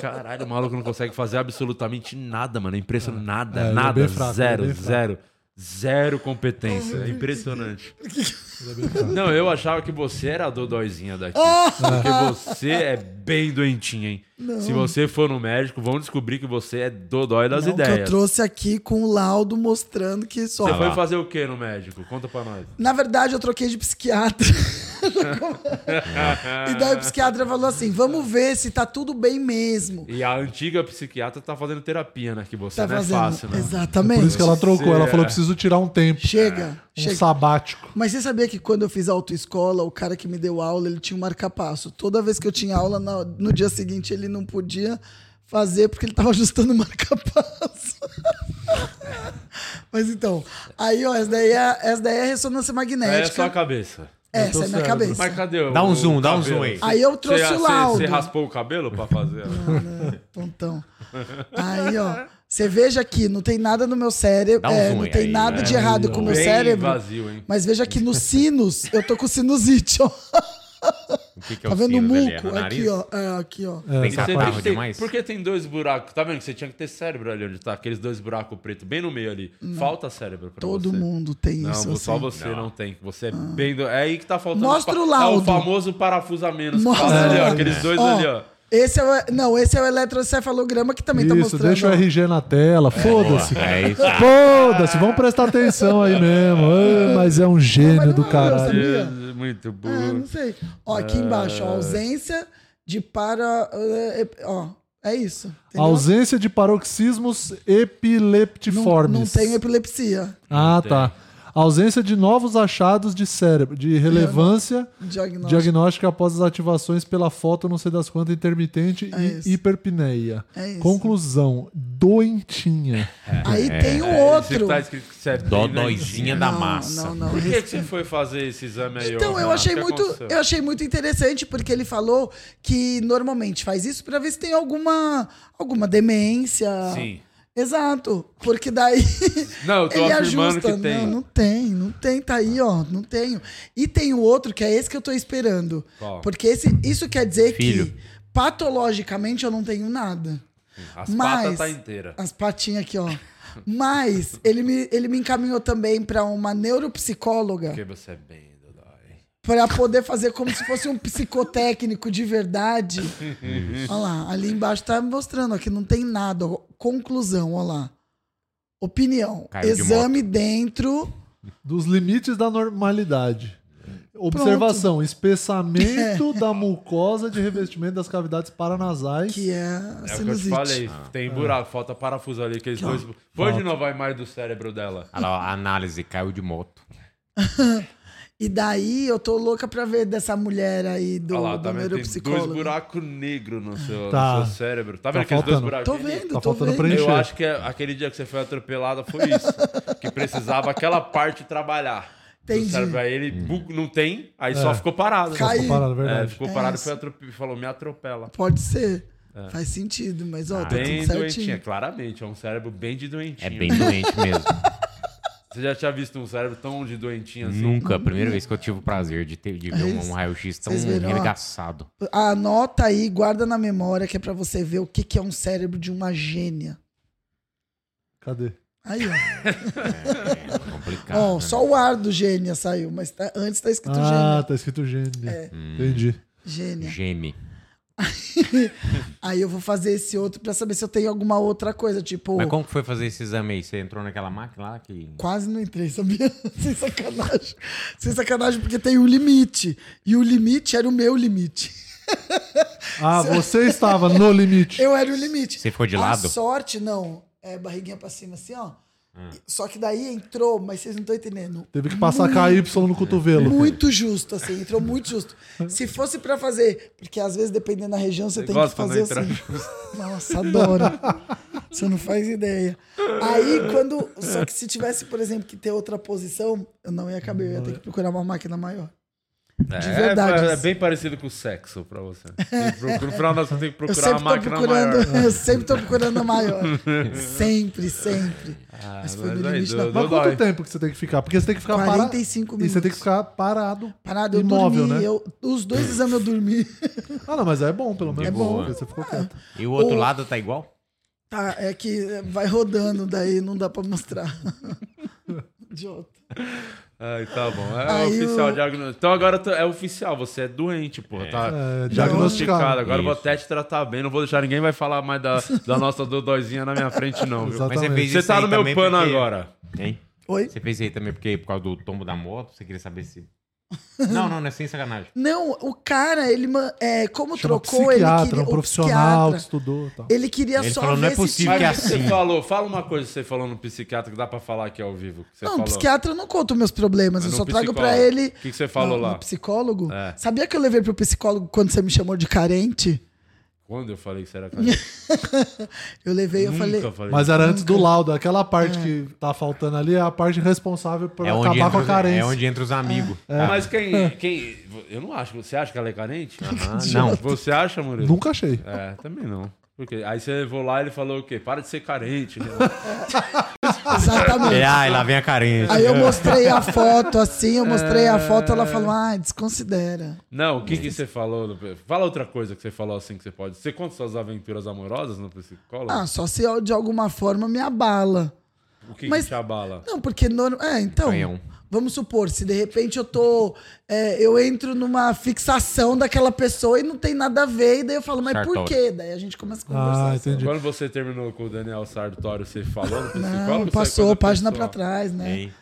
Caralho, o maluco não consegue fazer absolutamente nada, mano. É impressionante. Nada, É, ele é nada. bem fraco, zero, ele é bem fraco. zero. Zero competência. É impressionante. Não, eu achava que você era a dodóizinha daqui. Ah! Porque você é bem doentinha, hein? Se você for no médico, vão descobrir que você é dodói das Não, que eu ideias. trouxe aqui com o laudo mostrando que só. Você foi fazer o que no médico? Conta pra nós. Na verdade, eu troquei de psiquiatra. e daí o psiquiatra falou assim: vamos ver se tá tudo bem mesmo. E a antiga psiquiatra tá fazendo terapia, né? Que você Tá não fazendo. é fácil, né? Exatamente. Por isso que ela trocou. Ela Sim, falou: é. preciso tirar um tempo, Chega, um chega. sabático. Mas você sabia que quando eu fiz autoescola, o cara que me deu aula, ele tinha um marcapasso. Toda vez que eu tinha aula, na- no, dia seguinte ele não podia fazer porque ele tava ajustando o marcapasso. Mas então, aí ó, essa daí é, essa daí é ressonância Aí é só a magnética. cabeça. essa é a minha cabeça. Mas cadê o Dá um o zoom, dá um cabelo? zoom aí. Aí eu trouxe Você- o você- laudo. Você raspou o cabelo pra fazer? Tontão. Aí, ó. Você veja aqui, não tem nada no meu cérebro. Dá um é, zoom não aí, tem aí, nada né? de errado com o meu Bem cérebro. vazio, hein? Mas veja que nos sinos, eu tô com sinusite, ó. O que, que é Tá o vendo o sino dele? É muco? no nariz? aqui, ó. É, aqui, ó. Tem E você tem catarro que ter- tá demais? Porque tem dois buracos. Tá vendo que você tinha que ter cérebro ali onde tá? Aqueles dois buracos preto bem no meio ali. Falta cérebro pra Todo você. mundo tem Não, isso. assim. só Ah. você não. tem. Você é bem. do- É aí que tá faltando. Mostra os pa- o laudo. É o famoso parafuso a menos. que Mostra fala o ali, ó, laudo. aqueles dois Ó, ali, ó. Esse é o, não, esse é o eletrocefalograma que também tá Isso, mostrando. deixa o ó. RG na tela. Foda-se. É isso. Foda-se, vamos prestar atenção aí mesmo. Ai, mas é um gênio Mas do não é meu, caralho. sabia? Jesus, Muito Ah, burro. não sei. Ó, aqui embaixo, ó, É. ausência de para. Ó, é isso. entendeu? Ausência de paroxismos não, epileptiformes. não tenho epilepsia. Ah, tá. Ausência de novos achados de cérebro, de relevância Diagnóstico. diagnóstica após as ativações pela foto, não sei das quantas, intermitente É e isso. hiperpneia. É isso. Conclusão, doentinha. Aí É, tem o Esse que outro. tá escrito que você é bem Dodóizinha da Não, massa. Não, não, Por que, que você foi fazer esse exame aí? Então, ô, eu Renato? achei, O que muito, aconteceu? eu achei muito interessante, porque ele falou que normalmente faz isso pra ver se tem alguma, alguma demência. Sim. Exato. Porque daí. Não, eu tô ele afirmando ajusta. que Não, tem. não tem, não tem, tá aí, ó. Não tenho. E tem o outro, que é esse que eu tô esperando. Qual? Porque esse, isso quer dizer Filho. que patologicamente eu não tenho nada. As Mas- patas tá inteira. As patinhas aqui, ó. Mas ele me, ele me encaminhou também pra uma neuropsicóloga. Porque você é bem, Dodói. Pra poder fazer como se fosse um psicotécnico de verdade. Olha lá, ali embaixo tá mostrando, ó, que não tem nada. ó. Conclusão, olha lá. Opinião. Caiu de Exame dentro. Dos limites da normalidade. Observação, É. espessamento da mucosa de revestimento das cavidades paranasais. Que é a É o que eu te sinusite. falei. Tem buraco, falta parafuso ali, aqueles dois. Foi de novo a imagem do cérebro dela. Olha lá, a análise caiu de moto. E daí eu tô louca pra ver dessa mulher aí do, Olha lá, do tá vendo? Tem dois neuropsicólogo. buracos negros no seu, Tá. no seu cérebro. Tá vendo Tá aqueles dois faltando. buracos? Tô vendo, Tá tô faltando vendo. pra Eu Encher. acho que é- aquele dia que você foi atropelada foi isso. que precisava aquela parte trabalhar. Do Entendi. cérebro. Aí ele bu- não tem, aí só ficou parado. Cai- Ficou parado, é É, verdade. ficou É parado e isso. foi atrope- falou, me atropela. Pode ser. Faz sentido, mas ó, tá É. Ah, Bem tudo doentinha, certinho. claramente. É um cérebro bem de doentinho. É bem doente mesmo. Você já tinha visto um cérebro tão de doentinho assim? Nunca, a primeira vez que eu tive o prazer de, ter, de ver um, um raio-x tão Vocês viram, ó? regaçado. Anota aí, guarda na memória, que é pra você ver o que, que é um cérebro de uma gênia. Cadê? Aí, ó. É complicado. complicado. Ó, né? só o ar do Gênia saiu, mas tá- antes tá escrito É. Ah, tá escrito gênio. Entendi. Gênia. Gênia. Geme. Aí eu vou fazer esse outro pra saber se eu tenho alguma outra coisa, tipo... Mas como que foi fazer esse exame aí? Você entrou naquela máquina lá que. Quase não entrei, sabia? Sem sacanagem. Sem sacanagem, porque tem um limite. E o limite era o meu limite. Ah, você estava no limite. Eu era o limite. Você ficou de A lado? sorte, não. É barriguinha pra cima, assim, ó. Hum. Só que daí entrou, mas vocês não estão entendendo. Teve que passar KY no cotovelo. Muito justo, assim, entrou muito justo. Se fosse pra fazer, porque às vezes, dependendo da região, você Eu tem que gosto quando fazer entra assim. Nossa, adoro. Você não faz ideia. Aí, quando. Só que se tivesse, por exemplo, que ter outra posição, eu não ia caber, eu ia ter que procurar uma máquina maior. É, De verdade. É, é bem parecido com o sexo pra você. Tem que procurar- No final, você tem que Eu procurar sempre uma tô máquina maior. procurando, eu sempre tô procurando a maior. sempre, sempre. mas foi Ah, mas no aí limite deu- da Então, Mas Não quanto dói. tempo que você tem que ficar? Porque você tem que ficar parado. 45 E minutos. você tem que ficar parado. Parado, eu imóvel, dormi. né? eu- os dois exames eu dormi. Ah, não, mas é bom, pelo menos. É bom. porque Você ficou quieto. E o outro Ou- lado tá igual? Tá, é que vai rodando, daí não dá pra mostrar. Idiota. Ai, tá bom. É Aí oficial o- diagnóstico. Então agora tu- é oficial, você é doente, porra. Tá É, diagnosticado. diagnosticado. Agora eu vou Isso. até te tratar bem. Não vou deixar ninguém vai falar mais da, da nossa dodóizinha na minha frente, não. Viu? Exatamente. Mas você fez Você isso tá aí no meu também pano porque- agora. Hein? Oi? Você fez isso aí também porque por causa do tombo da moto, você queria saber se. Não, não, não é sem sacanagem. Não, o cara, ele. ma- É, como Chama trocou, ele queria. psiquiatra, um o profissional que psiquiatra, estudou tá. e tal. Ele queria Ele só falou, ver não é se possível tinha- Mas que o é que você assim. falou? Fala uma coisa que você falou no psiquiatra que dá pra falar aqui ao vivo. que você Não, falou. psiquiatra eu não conto meus problemas, Mas eu no só trago pra psicólogo. ele. O que que você falou No- lá? no psicólogo? É. Sabia que eu levei pro psicólogo quando você me chamou de carente? Quando eu falei que você era carente? Eu levei, eu Nunca falei. Mas era antes do laudo. Aquela parte que tá faltando ali é a parte responsável por É onde, acabar entra, com a os- carência. é onde entra os amigos. Ah, Ah, Mas quem, quem. Eu não acho. Você acha que ela é carente? ah, não. Você acha, Murilo? Nunca achei. É, também não. Porque aí você levou lá e ele falou o quê? Para de ser carente. né? Exatamente. É, ai, lá vem a carência. Aí eu mostrei a foto assim, eu mostrei É. a foto, ela falou: ah, desconsidera. Não, o que, que você falou? no- Fala outra coisa que você falou assim que você pode. Você conta suas aventuras amorosas no psicólogo? Ah, só se eu, de alguma forma me abala. o que, mas- que te abala? Não, porque normal. É, então. Canhão. Vamos supor, se de repente eu tô. é, eu entro numa fixação daquela pessoa e não tem nada a ver, e daí eu falo, mas por Sartori. quê? Daí a gente começa a conversar. Ah, assim. entendi. Quando você terminou com o Daniel Sartório, você falou no psicólogo? Não, Ah, passou, página pra para trás, né? Hein?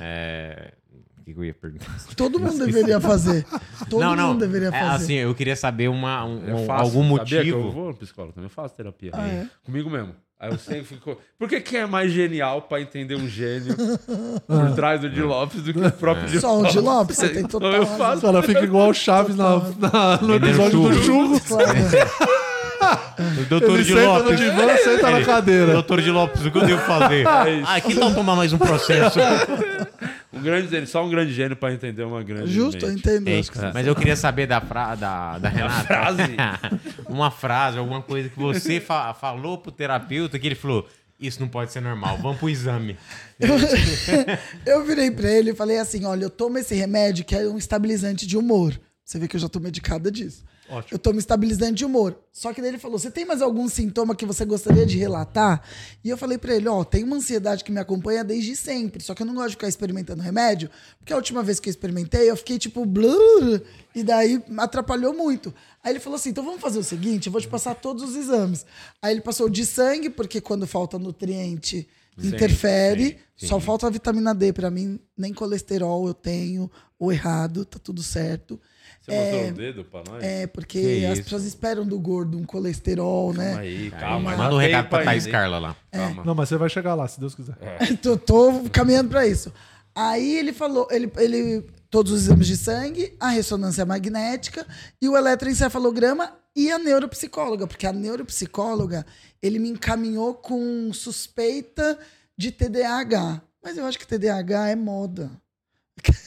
É, O que que eu ia perguntar? Todo mundo deveria fazer. Todo não, não. mundo deveria É, fazer. assim, eu queria saber uma, um- Eu um- faço, algum É sabia que eu motivo. vou no psicólogo também, eu faço terapia. Ah, é? Comigo mesmo. Aí eu sempre fico. Por que quem é mais genial pra entender um gênio por trás do Di Lopes do que o próprio Di Só um o de Lopes, você tem Então total eu razão. faço. Ela fica igual o Chaves na, na- no Vendendo episódio do churros. churro. Claro. né? O doutor Ele de senta no Lopes. divã, senta na cadeira. Doutor de Lopes, o que eu devo fazer? É ah, que tal tomar mais um processo? Um grande gênio, só um grande gênio pra entender uma grande. Justo, eu mente. Ah, entendo. Ei, acho que É mas eu queria saber da, fra da, da Renata. frase. É. uma frase, alguma coisa que você fa- falou pro terapeuta que ele falou: Isso não pode ser normal, vamos pro exame. Eu virei pra ele e falei assim: olha, eu tomo esse remédio que é um estabilizante de humor. Você vê que eu já tô medicada disso. Eu tomo estabilizante de humor. Só que daí ele falou: você tem mais algum sintoma que você gostaria de relatar? E eu falei pra ele: ó, tem uma ansiedade que me acompanha desde sempre. Só que eu não gosto de ficar experimentando remédio, porque a última vez que eu experimentei, eu fiquei tipo. Blur, e daí atrapalhou muito. Aí ele falou assim: então vamos fazer o seguinte, eu vou te passar todos os exames. Aí ele passou de sangue, porque quando falta nutriente, interfere. sim. Só falta a vitamina D pra mim, nem colesterol eu tenho, o errado, tá tudo certo. Você mostrou o dedo pra nós? É, porque Que as isso. pessoas esperam do gordo um colesterol, Calma né? aí, calma. Calma, já manda um tem recado pra Thaís entender. Carla lá. Calma. Não, mas você vai chegar lá, se Deus quiser. É, É. tô, tô caminhando pra isso. Aí ele falou, ele, ele todos os exames de sangue, a ressonância magnética e o eletroencefalograma e a neuropsicóloga, porque a neuropsicóloga ele me encaminhou com suspeita de TDAH, mas eu acho que TDAH é moda.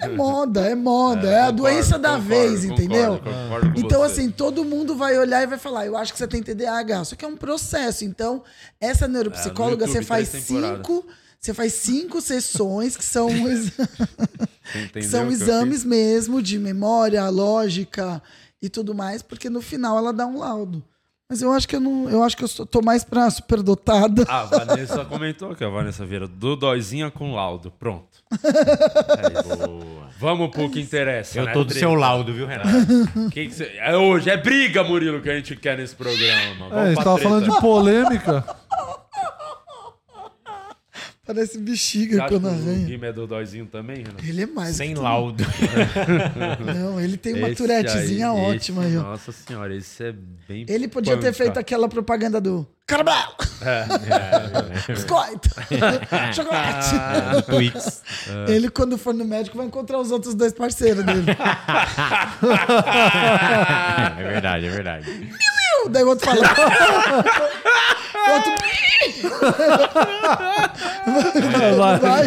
é moda, é moda, é, a Concordo, doença da concordo, vez, concordo, entendeu? concordo com Então, você. assim, todo mundo vai olhar e vai falar: Eu acho que você tem TDAH. Só que é um processo. Então, essa neuropsicóloga, É, no você YouTube, faz três temporadas. cinco. Você faz cinco sessões que são, ex- Você que entendeu o são que eu exames fiz? mesmo de memória, lógica e tudo mais, porque no final ela dá um laudo. Mas eu acho que eu não. Eu acho que eu sou- tô mais pra superdotada. A Ah, Vanessa comentou que a Vanessa Vieira, do dózinha com laudo. Pronto. Boa. é Vamos pro que interessa. Eu né, tô do Brito? seu laudo, viu, Renato? Que que cê- É hoje, é briga, Murilo, que a gente quer nesse programa. É, a gente tava falando de polêmica. Parece bexiga Acho que quando o arranha. Guima é dodóizinho também, Renan? Ele é mais. Sem que tudo. laudo. Não, ele tem uma Esse turetezinha aí, ótima aí. esse- ó. Nossa senhora, esse é bem. Ele podia ter panca. feito aquela propaganda do caramelo, biscoito, chocolate. Do Twix. Ele, quando for no médico, vai encontrar os outros dois parceiros dele. É verdade, é verdade. Daí o outro fala. O outro. Vai.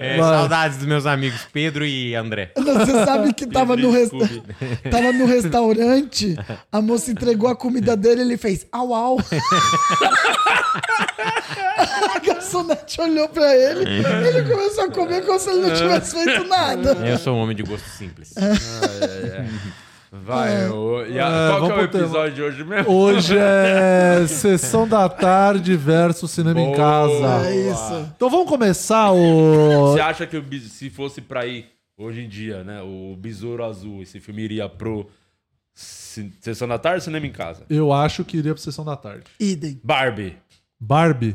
É, Vai. saudades dos meus amigos Pedro e André. Você sabe que tava no, resta... tava no restaurante, a moça entregou a comida dele ele fez au au. a garçonete olhou pra ele, É. ele começou a comer como se ele não tivesse feito nada. Eu sou um homem de gosto É. simples. Vai, ô, e a- É, qual que é o vamos pro tema. episódio de hoje mesmo? Hoje é sessão da tarde versus cinema em Boa. casa. É isso. Então vamos começar o. Você acha que o Bis- se fosse pra ir hoje em dia, né? O Besouro Azul, esse filme iria pro Ci- Sessão da Tarde ou Cinema em Casa? Eu acho que iria pra sessão da tarde. Idem. Barbie. Barbie,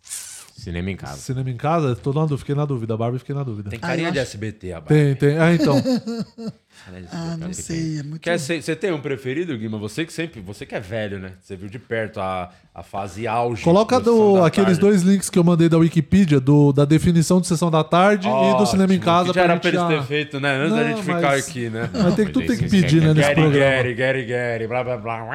Cinema em casa. cinema em casa? Tô na dúvida, fiquei na dúvida. Barbie, fiquei na dúvida. Tem Ah, carinha eu de acho- SBT, a Barbie. né, Tem, tem. Ah, então. Ah, não sei, é muito. Quer ser- você tem um preferido, Guima? Você que sempre. Você que é velho, né? Você viu de perto a, a fase auge. Coloca do do- Sessão da aqueles Tarde. dois links que eu mandei da Wikipedia, do- da definição de sessão da tarde e do Ótimo, cinema em casa. que já era pra gente eles já- terem feito, né? Antes da Não, gente ficar mas- aqui, né? Mas tem que, tudo mas tem que esses pedir, né, quer- nesse Gary, programa. Gary, Gary, Gary, blá, blá, blá.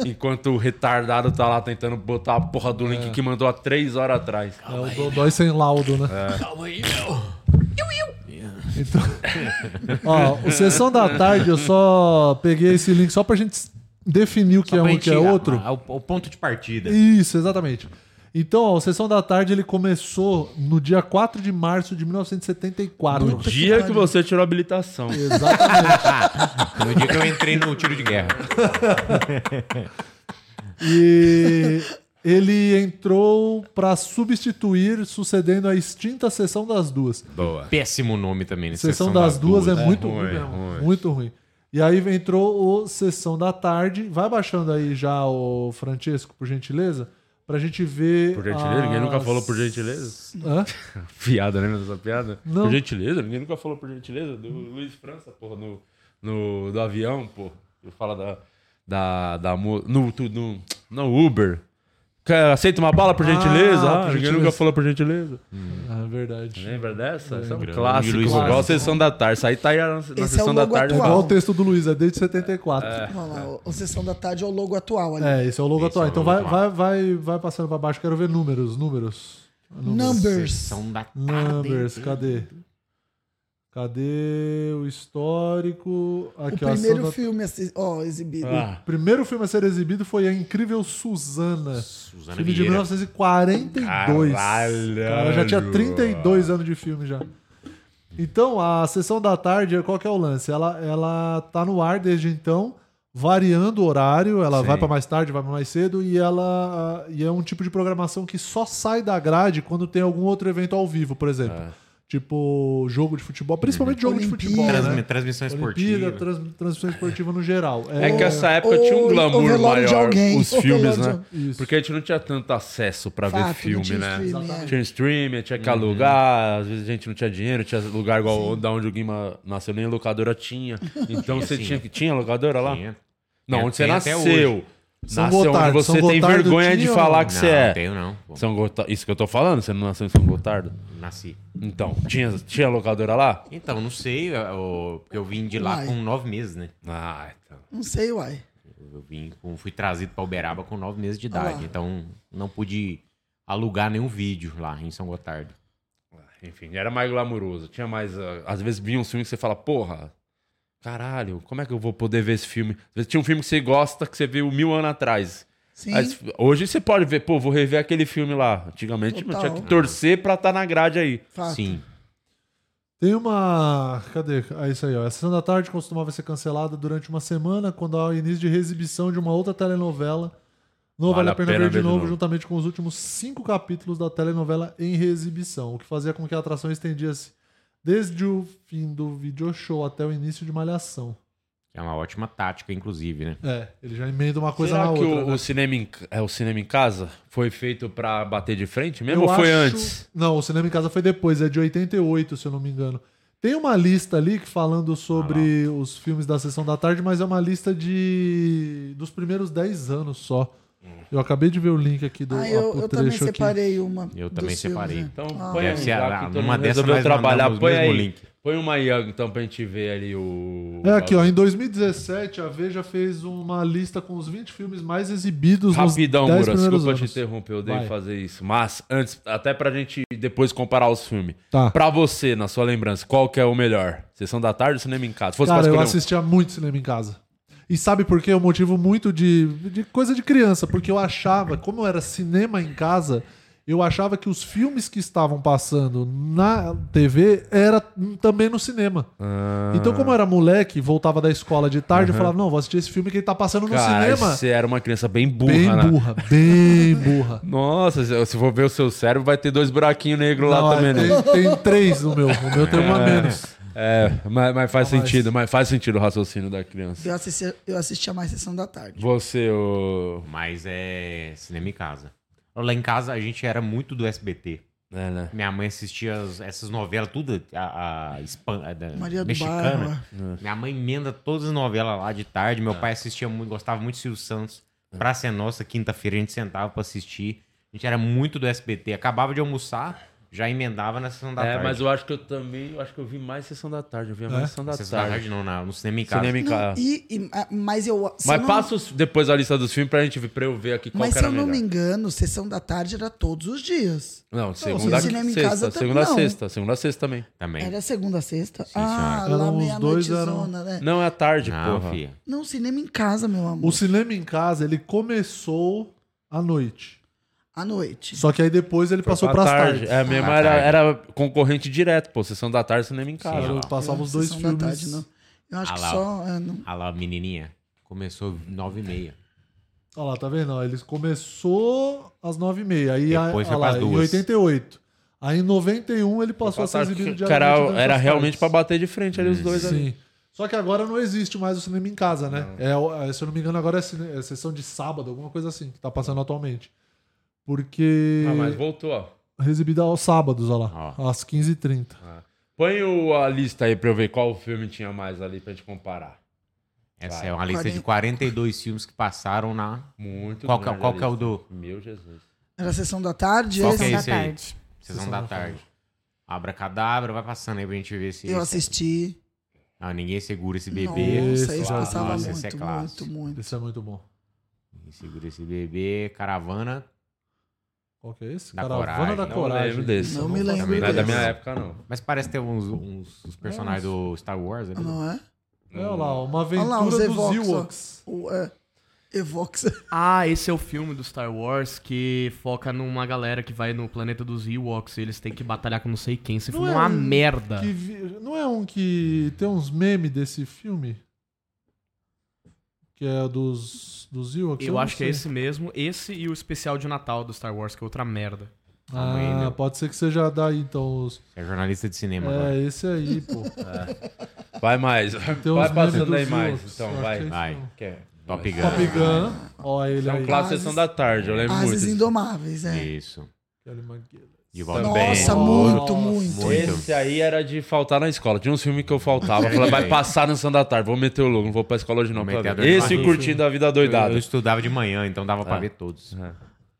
um Enquanto o retardado tá lá tentando botar a porra do link que mandou há três horas atrás. É o Dodói sem laudo, né? É. Então, ó, o Sessão da Tarde, eu só peguei esse link só pra gente definir o que Só é pra um e o gente que é ir a- outro. a- o, o ponto de partida. Isso, exatamente. Então, ó, o Sessão da Tarde ele começou no dia 4 de março de 1974. No É dia que você tirou a habilitação. Exatamente. No dia que eu entrei no tiro de guerra. E ele entrou pra substituir, sucedendo a extinta Sessão das Duas. Boa. Péssimo nome também. né? Sessão, das, duas, é, muito ruim, ruim, mesmo, ruim. muito ruim. E aí entrou o Sessão da Tarde. Vai baixando aí já o Francesco, por gentileza, pra gente ver. Por gentileza? Ninguém nunca as- falou por gentileza? Hã? Piada, né, lembra dessa piada? Não. Por gentileza? Ninguém nunca falou por gentileza do Luiz França, porra, no, no, do avião, porra. Eu falo da. da, da mo- no, tu- no, no Uber. Quer- Aceita uma bala por Ah, gentileza? Ah, por ninguém gentileza. nunca falou por gentileza. Ah, verdade. Lembra dessa? Essa é um Grande clássico. Luiz Igual a França. sessão da tarde. Isso aí tá aí na, na é o sessão da logo tarde. É atual. igual o texto do Luiz, é desde 74. É, Olha lá, o- o Sessão da Tarde é o logo atual ali. esse é o logo Esse atual. é o então logo vai, vai, atual. vai, vai passando pra baixo, quero ver números, números. Numbers. Sessão da tarde. Numbers, cadê? Cadê o histórico? O Aqui, ó, primeiro Sessão da- Ah. filme assi- ó, exibido. Ah. O primeiro filme a ser exibido foi A Incrível Suzana. Suzana filme de Vieira. 1942. Caralho! Cara, já tinha 32 anos de filme já. Então, a sessão da tarde, qual que é o lance? Ela, ela tá no ar desde então, variando o horário. Ela Sim. vai pra mais tarde, vai pra mais cedo. E ela ah, e é um tipo de programação que só sai da grade quando tem algum outro evento ao vivo, por exemplo. É. Tipo, jogo de futebol. Principalmente jogo de Olimpíada. futebol, Transmi- né? Uhum. Transmissão esportiva. Olimpíada, trans, transmissão esportiva no geral. É que essa época Ou tinha um o glamour velório de maior, alguém. os O filmes, velório de né? alguém. Isso. Porque a gente não tinha tanto acesso pra Fato, ver não filme, tinha né? streaming, é. Tinha streaming, tinha que alugar, às vezes a gente não tinha dinheiro, tinha lugar igual da onde o Guima nasceu, nem locadora tinha. Então você Sim. tinha que. Tinha locadora lá? Tinha. Não, onde você Tem até nasceu. hoje. São Nasceu onde Gotardo, você São tem Gotardo vergonha de tinha falar ou que não, você não é. tenho não. Bom, São Gotardo. Isso que eu tô falando, você não nasceu em São Gotardo? Nasci. Então, tinha, tinha locadora lá? Então, não sei, eu, porque eu vim de lá Uai. com nove meses, né? Ah, então. Não sei, uai. Eu vim com- fui trazido pra Uberaba com nove meses de Ah lá. idade. Então, não pude alugar nenhum vídeo lá em São Gotardo. Enfim, era mais glamuroso. Tinha mais. ah, Às vezes vinha um filme que você fala, porra, caralho, como é que eu vou poder ver esse filme? Às vezes tinha um filme que você gosta, que você viu mil anos atrás. Sim. Aí, hoje você pode ver, pô, vou rever aquele filme lá. Antigamente Total. não tá Ah, tá. tinha que torcer pra estar na grade aí. fato. Sim. Tem uma. Cadê? É isso aí, ó. A sessão da tarde costumava ser cancelada durante uma semana, quando há o início de exibição de uma outra telenovela. Não vale, a pena, ver, de, novo, juntamente com os últimos cinco capítulos da telenovela em reexibição, o que fazia com que a atração estendia-se desde o fim do video show até o início de Malhação. É uma ótima tática, inclusive, né? É, ele já emenda uma coisa Será na que outra. o, né? o cinema em, ca- é, o cinema em casa foi feito pra bater de frente mesmo Eu ou foi acho- antes? Não, o Cinema em Casa foi depois, é de 88, se eu não me engano. Tem uma lista ali que falando Ah, sobre os filmes da sessão da tarde, mas é uma lista de dos primeiros 10 anos só. Hum. Eu acabei de ver o link aqui do Ah, eu, o eu também trecho aqui. separei uma. Eu dos também separei. filmes, né? Então Ah. põe Deve um, ser já a- que todo uma mundo dessa resolveu nós trabalhar. mandamos Põe mesmo aí. link. Põe uma aí então pra gente ver ali o. É aqui, ó. Em 2017, a Veja fez uma lista com os 20 filmes mais exibidos Rapidão, nos 10 Mura, primeiros desculpa te anos. interromper, eu devo Vai. fazer isso. Mas, antes, até pra gente depois comparar os filmes. Tá. Pra você, na sua lembrança, qual que é o melhor? Sessão da tarde ou cinema em casa? Se fosse Cara, pra eu escolher um. assistia muito cinema em casa. E sabe por quê? É um motivo muito de, de coisa de criança, porque eu achava, como era cinema em casa, eu achava que os filmes que estavam passando na TV era hum, também no cinema. Ah. Então, como eu era moleque, voltava da escola de tarde, eu falava, não, vou assistir esse filme que ele tá passando no Cara, cinema. você era uma criança bem burra, bem né? burra, bem burra. Nossa, se se for ver o seu cérebro, vai ter dois buraquinhos negros Não, é lá também, né? tem, tem três no meu. O meu tem uma menos. É, mas, mas faz sentido, mas faz sentido o raciocínio da criança. Eu assistia, eu assistia mais Sessão da Tarde. Você, o. Mas é cinema em casa. Lá em casa a gente era muito do SBT. É, né? Minha mãe assistia as- essas novelas, tudo a, a, hispan- a da- Maria do mexicana. Minha mãe emenda todas as novelas lá de tarde. Ah. Meu pai assistia muito, gostava muito de Silvio Santos. Pra ser nossa, quinta-feira a gente sentava pra assistir. A gente era muito do SBT. Acabava de almoçar, já emendava na sessão da é, tarde. mas eu acho que eu também. Eu acho que eu vi mais sessão da tarde. Eu vi mais É? sessão da Sessão da tarde. tarde não, na- no cinema em casa. Cinema em casa. E, e- ah, mas eu. se eu Mas não- passa os- depois a lista dos filmes pra gente ver, pra eu ver aqui qual Mas se que era eu não melhor. me engano, Sessão da Tarde era todos os dias. Não, sim, segunda a cinema em sexta. casa tam- segunda a não. sexta. Segunda a sexta também. Também. Era segunda a sexta? ah, senhora. lá Eram os meia-noite dois, eram- zona, né? Não, é à tarde, Não, porra. filha. Não, cinema em casa, meu amor. O cinema em casa, ele começou à noite. À noite. Só que aí depois ele passou À pras tarde. tardes. É, minha irmã À era, tarde. era concorrente direto, pô. Sessão da tarde, cinema em casa. Cara, eu ó. passava Eu, os dois Sessão filmes. Da tarde, né? não. Eu acho Ah que lá, só. é, não- Ah lá, menininha. Começou nove e meia. Olha lá, tá vendo? Ó, Eles começou às 9h30. Aí Depois foi olha lá, pras Em duas. 88. Aí em 91 ele passou a ser Passar- exibido de Cara, era realmente pra bater de frente ali os dois ali. Sim. Só que agora não existe mais o cinema em casa, né? É, o- é, se eu não me engano, agora é, cine- é sessão de sábado, alguma coisa assim, que tá passando atualmente. Porque. Ah, mas voltou, ó. Exibida aos sábados, olha lá. Às 15h30. Põe o- a lista aí pra eu ver qual filme tinha mais ali pra gente comparar. Essa Vai. é uma lista de 42 filmes que passaram na. Muito Qual que, é- grande qual a que é o lista. do. Meu Jesus. Era Sessão da Tarde? Qual esse? que é Sessão esse da aí? tarde. Sessão da tarde. Abra cadabra, vai passando aí pra gente ver se. é- Eu assisti. Ah, ninguém segura esse bebê. Nossa, isso Esse é passava clássico. Esse é muito, muito, clássico. muito. Esse é muito bom. Ninguém segura esse bebê. Caravana. Qual que é esse? Da Caravana Coragem. da Não Não Coragem. lembro desse. Não me lembro Também não é da desse. minha época, não. Mas parece ter uns, uns, uns personagens do Star Wars né? ali. Não é? É, olha lá, uma aventura Olha lá, os dos Evox, ó. Ewoks. O, é, Evox. Ah, esse é o filme do Star Wars que foca numa galera que vai no planeta dos Ewoks e eles têm que batalhar com não sei quem. Esse Não filme é é uma um merda. Que vi- Não é um que tem uns memes desse filme? Que é dos, dos Ewoks? Eu não acho que é sei. esse mesmo. Esse e o especial de Natal do Star Wars, que é outra merda. Também, Ah, né? pode ser que seja daí, então. Os... Você é jornalista de cinema agora. É, esse aí, pô. Vai mais. Tem vai uns passando memes aí dos mais. Ewoks, eu Então, acho que vai. é isso Vai. mesmo. Quer? Top Gun. Top Gun. Ó, ele É um aí. clássico Ases- sessão da tarde, eu lembro muito. Ases desse. Indomáveis, é. Isso. Kelly McGillis. De volta Também. Nossa, Nossa. muito, muito. Muito. Esse aí era de faltar na escola. Tinha uns filmes que eu faltava. Eu Falei, vai passar na sessão da tarde, vou meter o louco, não vou pra escola hoje não. Vou pra meter a ver. dor de Esse e barriga. curtindo a vida Eu, doidada. eu estudava de manhã, então dava pra ver todos.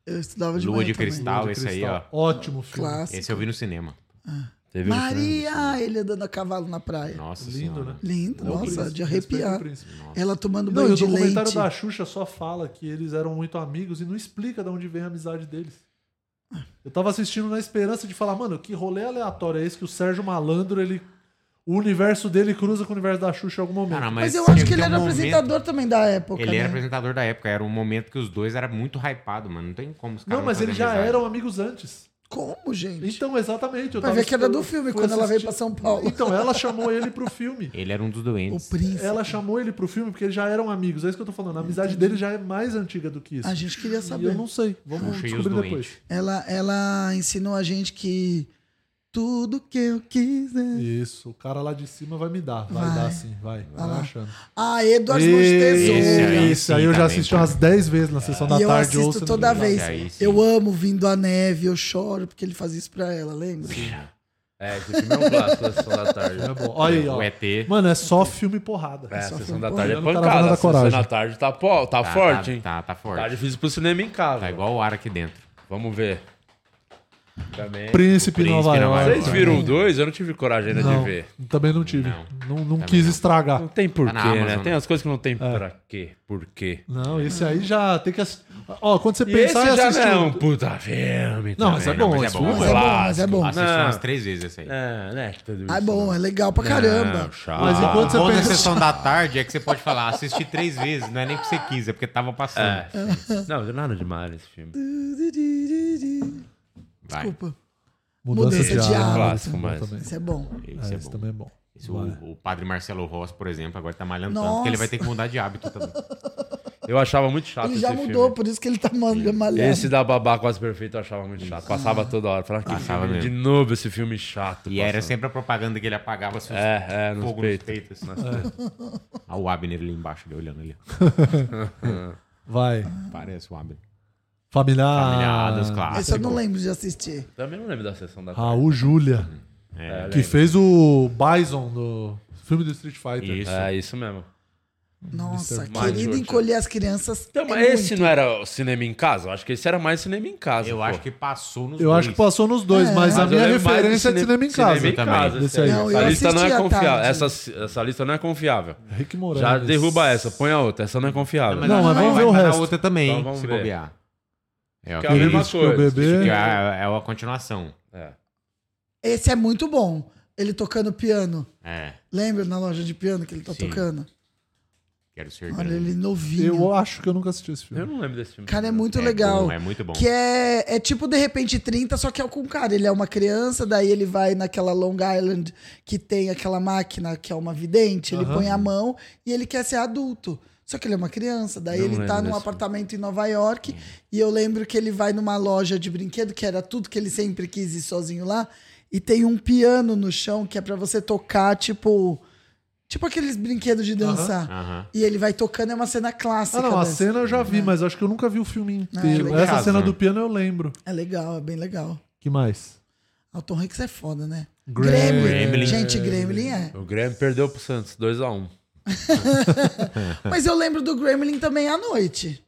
Eu estudava de Lua manhã de também. Cristal, esse aí, ó. Ótimo filme. Clássico. Esse é eu vi no cinema. Teve um filme. Maria, ele andando a cavalo na praia. Nossa Lindo, senhora. né? Lindo, Não, nossa, príncipe, de respeito ao arrepiar. príncipe. Ela tomando Não, e banho o de documentário leite. da Xuxa só fala que eles eram muito amigos e não explica de onde vem a amizade deles. Eu tava assistindo na esperança de falar, mano, que rolê aleatório é esse que o Sérgio Malandro, ele. O universo dele cruza com o universo da Xuxa em algum momento. Cara, Mas eu tinha acho que ele ter um era momento- apresentador também da época. Ele né? era apresentador da época, era um momento que os dois eram muito hypados, mano. Não tem como os não, caras mas fazerem eles já amizade. eram amigos antes. Como, gente? Então, exatamente. Eu Vai tava ver que era escutando- do filme, fui quando ela veio assistir- pra São Paulo. Então, ela chamou ele pro filme. Ele era um dos O doentes. príncipe. Ela chamou ele pro filme porque eles já eram amigos. É isso que eu tô falando. A amizade dele já é mais antiga do que isso. A gente queria E eu saber. não sei. Vamos Puxei os descobrir depois. doentes. Ela, ela ensinou a gente que tudo que eu quiser. Isso. O cara lá de cima vai me dar. Vai, Vai. dar sim. Vai. Vai lá. achando. Ah, Edward Mãos de Tesoura. Esse aí, Isso. Isso aí eu já também, assisti cara. umas 10 vezes na sessão da e eu tarde. assisto ouço e não toda lembro. vez. Aí sim. eu amo vindo a neve, eu choro porque ele fazia isso pra ela, lembra? É, esse filme é um clássico da Sessão da Tarde. É bom. Olha aí, ó. O ET. Mano, é só filme porrada. É, a Só Sessão filme da bom. Tarde é Olhando Caravana pancada. da A Sessão Coragem. da Tarde tá, pó- tá, Tá, forte, tá, hein? Tá, Tá, tá forte. difícil pro cinema em casa. Tá igual o ar aqui dentro. Vamos ver. Também. Príncipe, Príncipe Nova Nova York. York. Vocês viram o dois? Eu não tive coragem ainda Não, de ver. também não tive. Não. Não, não, quis não. estragar. Não tem porquê, Tá na né? Amazon. Tem as coisas que não tem pra quê. Por quê? Não, esse aí já tem que. ass- Ó, quando você E pensar esse em já assistir. não é um o- puta filme. Não, mas é também, bom, né? esse um filme é bom, mas é clássico. bom. Assisti Não. umas três vezes esse aí. É, né? Tudo Ah, é isso bom, né? é legal pra caramba. Não, chato. Mas é enquanto você Ou na pensa. sessão da tarde é que você pode falar, assisti três vezes, não é nem porque você quis, é porque tava É. passando. Não, deu nada demais esse filme. Vai. Desculpa. Mudança, Mudança de de ar. ar. Clássico, mas- é Também. Isso é bom. Esse É, é esse bom. também é bom. Esse o, o padre Marcelo Ross, por exemplo, agora tá malhando tanto Nossa. que ele vai ter que mudar de hábito também. Eu achava muito chato Ele esse já filme. mudou, por isso que ele tá mal- malhando. Esse da Babá Quase Perfeito eu achava muito chato. Passava toda hora. Falava que Passava filme, de mesmo. novo esse filme chato. E era passando. sempre a propaganda que ele apagava seus É, é, nos fogo peitos. nos peitos. Assim. Ah, o Abner ali embaixo, ele olhando ali. Vai. Parece o Abner. Familiar. Familiadas, é clássico. Esse eu não lembro de assistir. Também não lembro da sessão da Ah, tarde. Raul Júlia, É, que fez o Bison do filme do Street Fighter. Isso. É isso mesmo. Nossa, Mr. Mind, querido eu encolher as crianças. Então, mas é esse muito. não era o cinema em casa? Eu acho que esse era mais cinema em casa. Eu pô. acho que passou nos Eu dois. acho que passou nos dois, É. mas, a Mas eu minha lembro mais do referência é de cinema em casa. Cinema em também. casa, Desse esse aí. aí. Não, eu essa lista não é assisti à confiável. tarde. Essa, essa lista não é confiável. Rick Moranis. Já derruba essa, põe a outra. Essa não é confiável. Não, mas vamos ver o na resto. outra também, Então hein, vamos se ver. bobear. É, Que ok. é a mesma Isso que o coisa. Que bebê. é, é uma continuação. É. Esse é muito bom. Ele tocando piano. É, Lembra na loja de piano que ele tá Sim. tocando? quero ser Olha, grande. ele é novinho. Eu acho que eu nunca assisti esse Eu filme. não lembro desse filme. Cara, é muito É legal. bom, é muito bom. Que é, é tipo de repente 30, só que é o com cara. Ele é uma criança, daí ele vai naquela Long Island que tem aquela máquina que é uma vidente, ele Aham. põe a mão e ele quer ser adulto. Só que ele é uma criança, daí Não ele lembro tá num desse. apartamento em Nova York e eu lembro que ele vai numa loja de brinquedo, que era tudo que ele sempre quis ir sozinho lá, e tem um piano no chão que é pra você tocar, tipo. Tipo aqueles brinquedos de dançar. Aham. E ele vai tocando, é uma cena clássica. Ah, não, a dessa. cena eu já vi, mas acho que eu nunca vi o filme inteiro. É. legal. Essa cena Né? do piano eu lembro. É legal, é bem legal. Que mais? Ah, O Tom Hanks é foda, né? Gremlin. Gremlin. Gremlin. Gente, Gremlin é. O Grêmio perdeu pro Santos, 2x1. Mas eu lembro do Gremlin também à noite.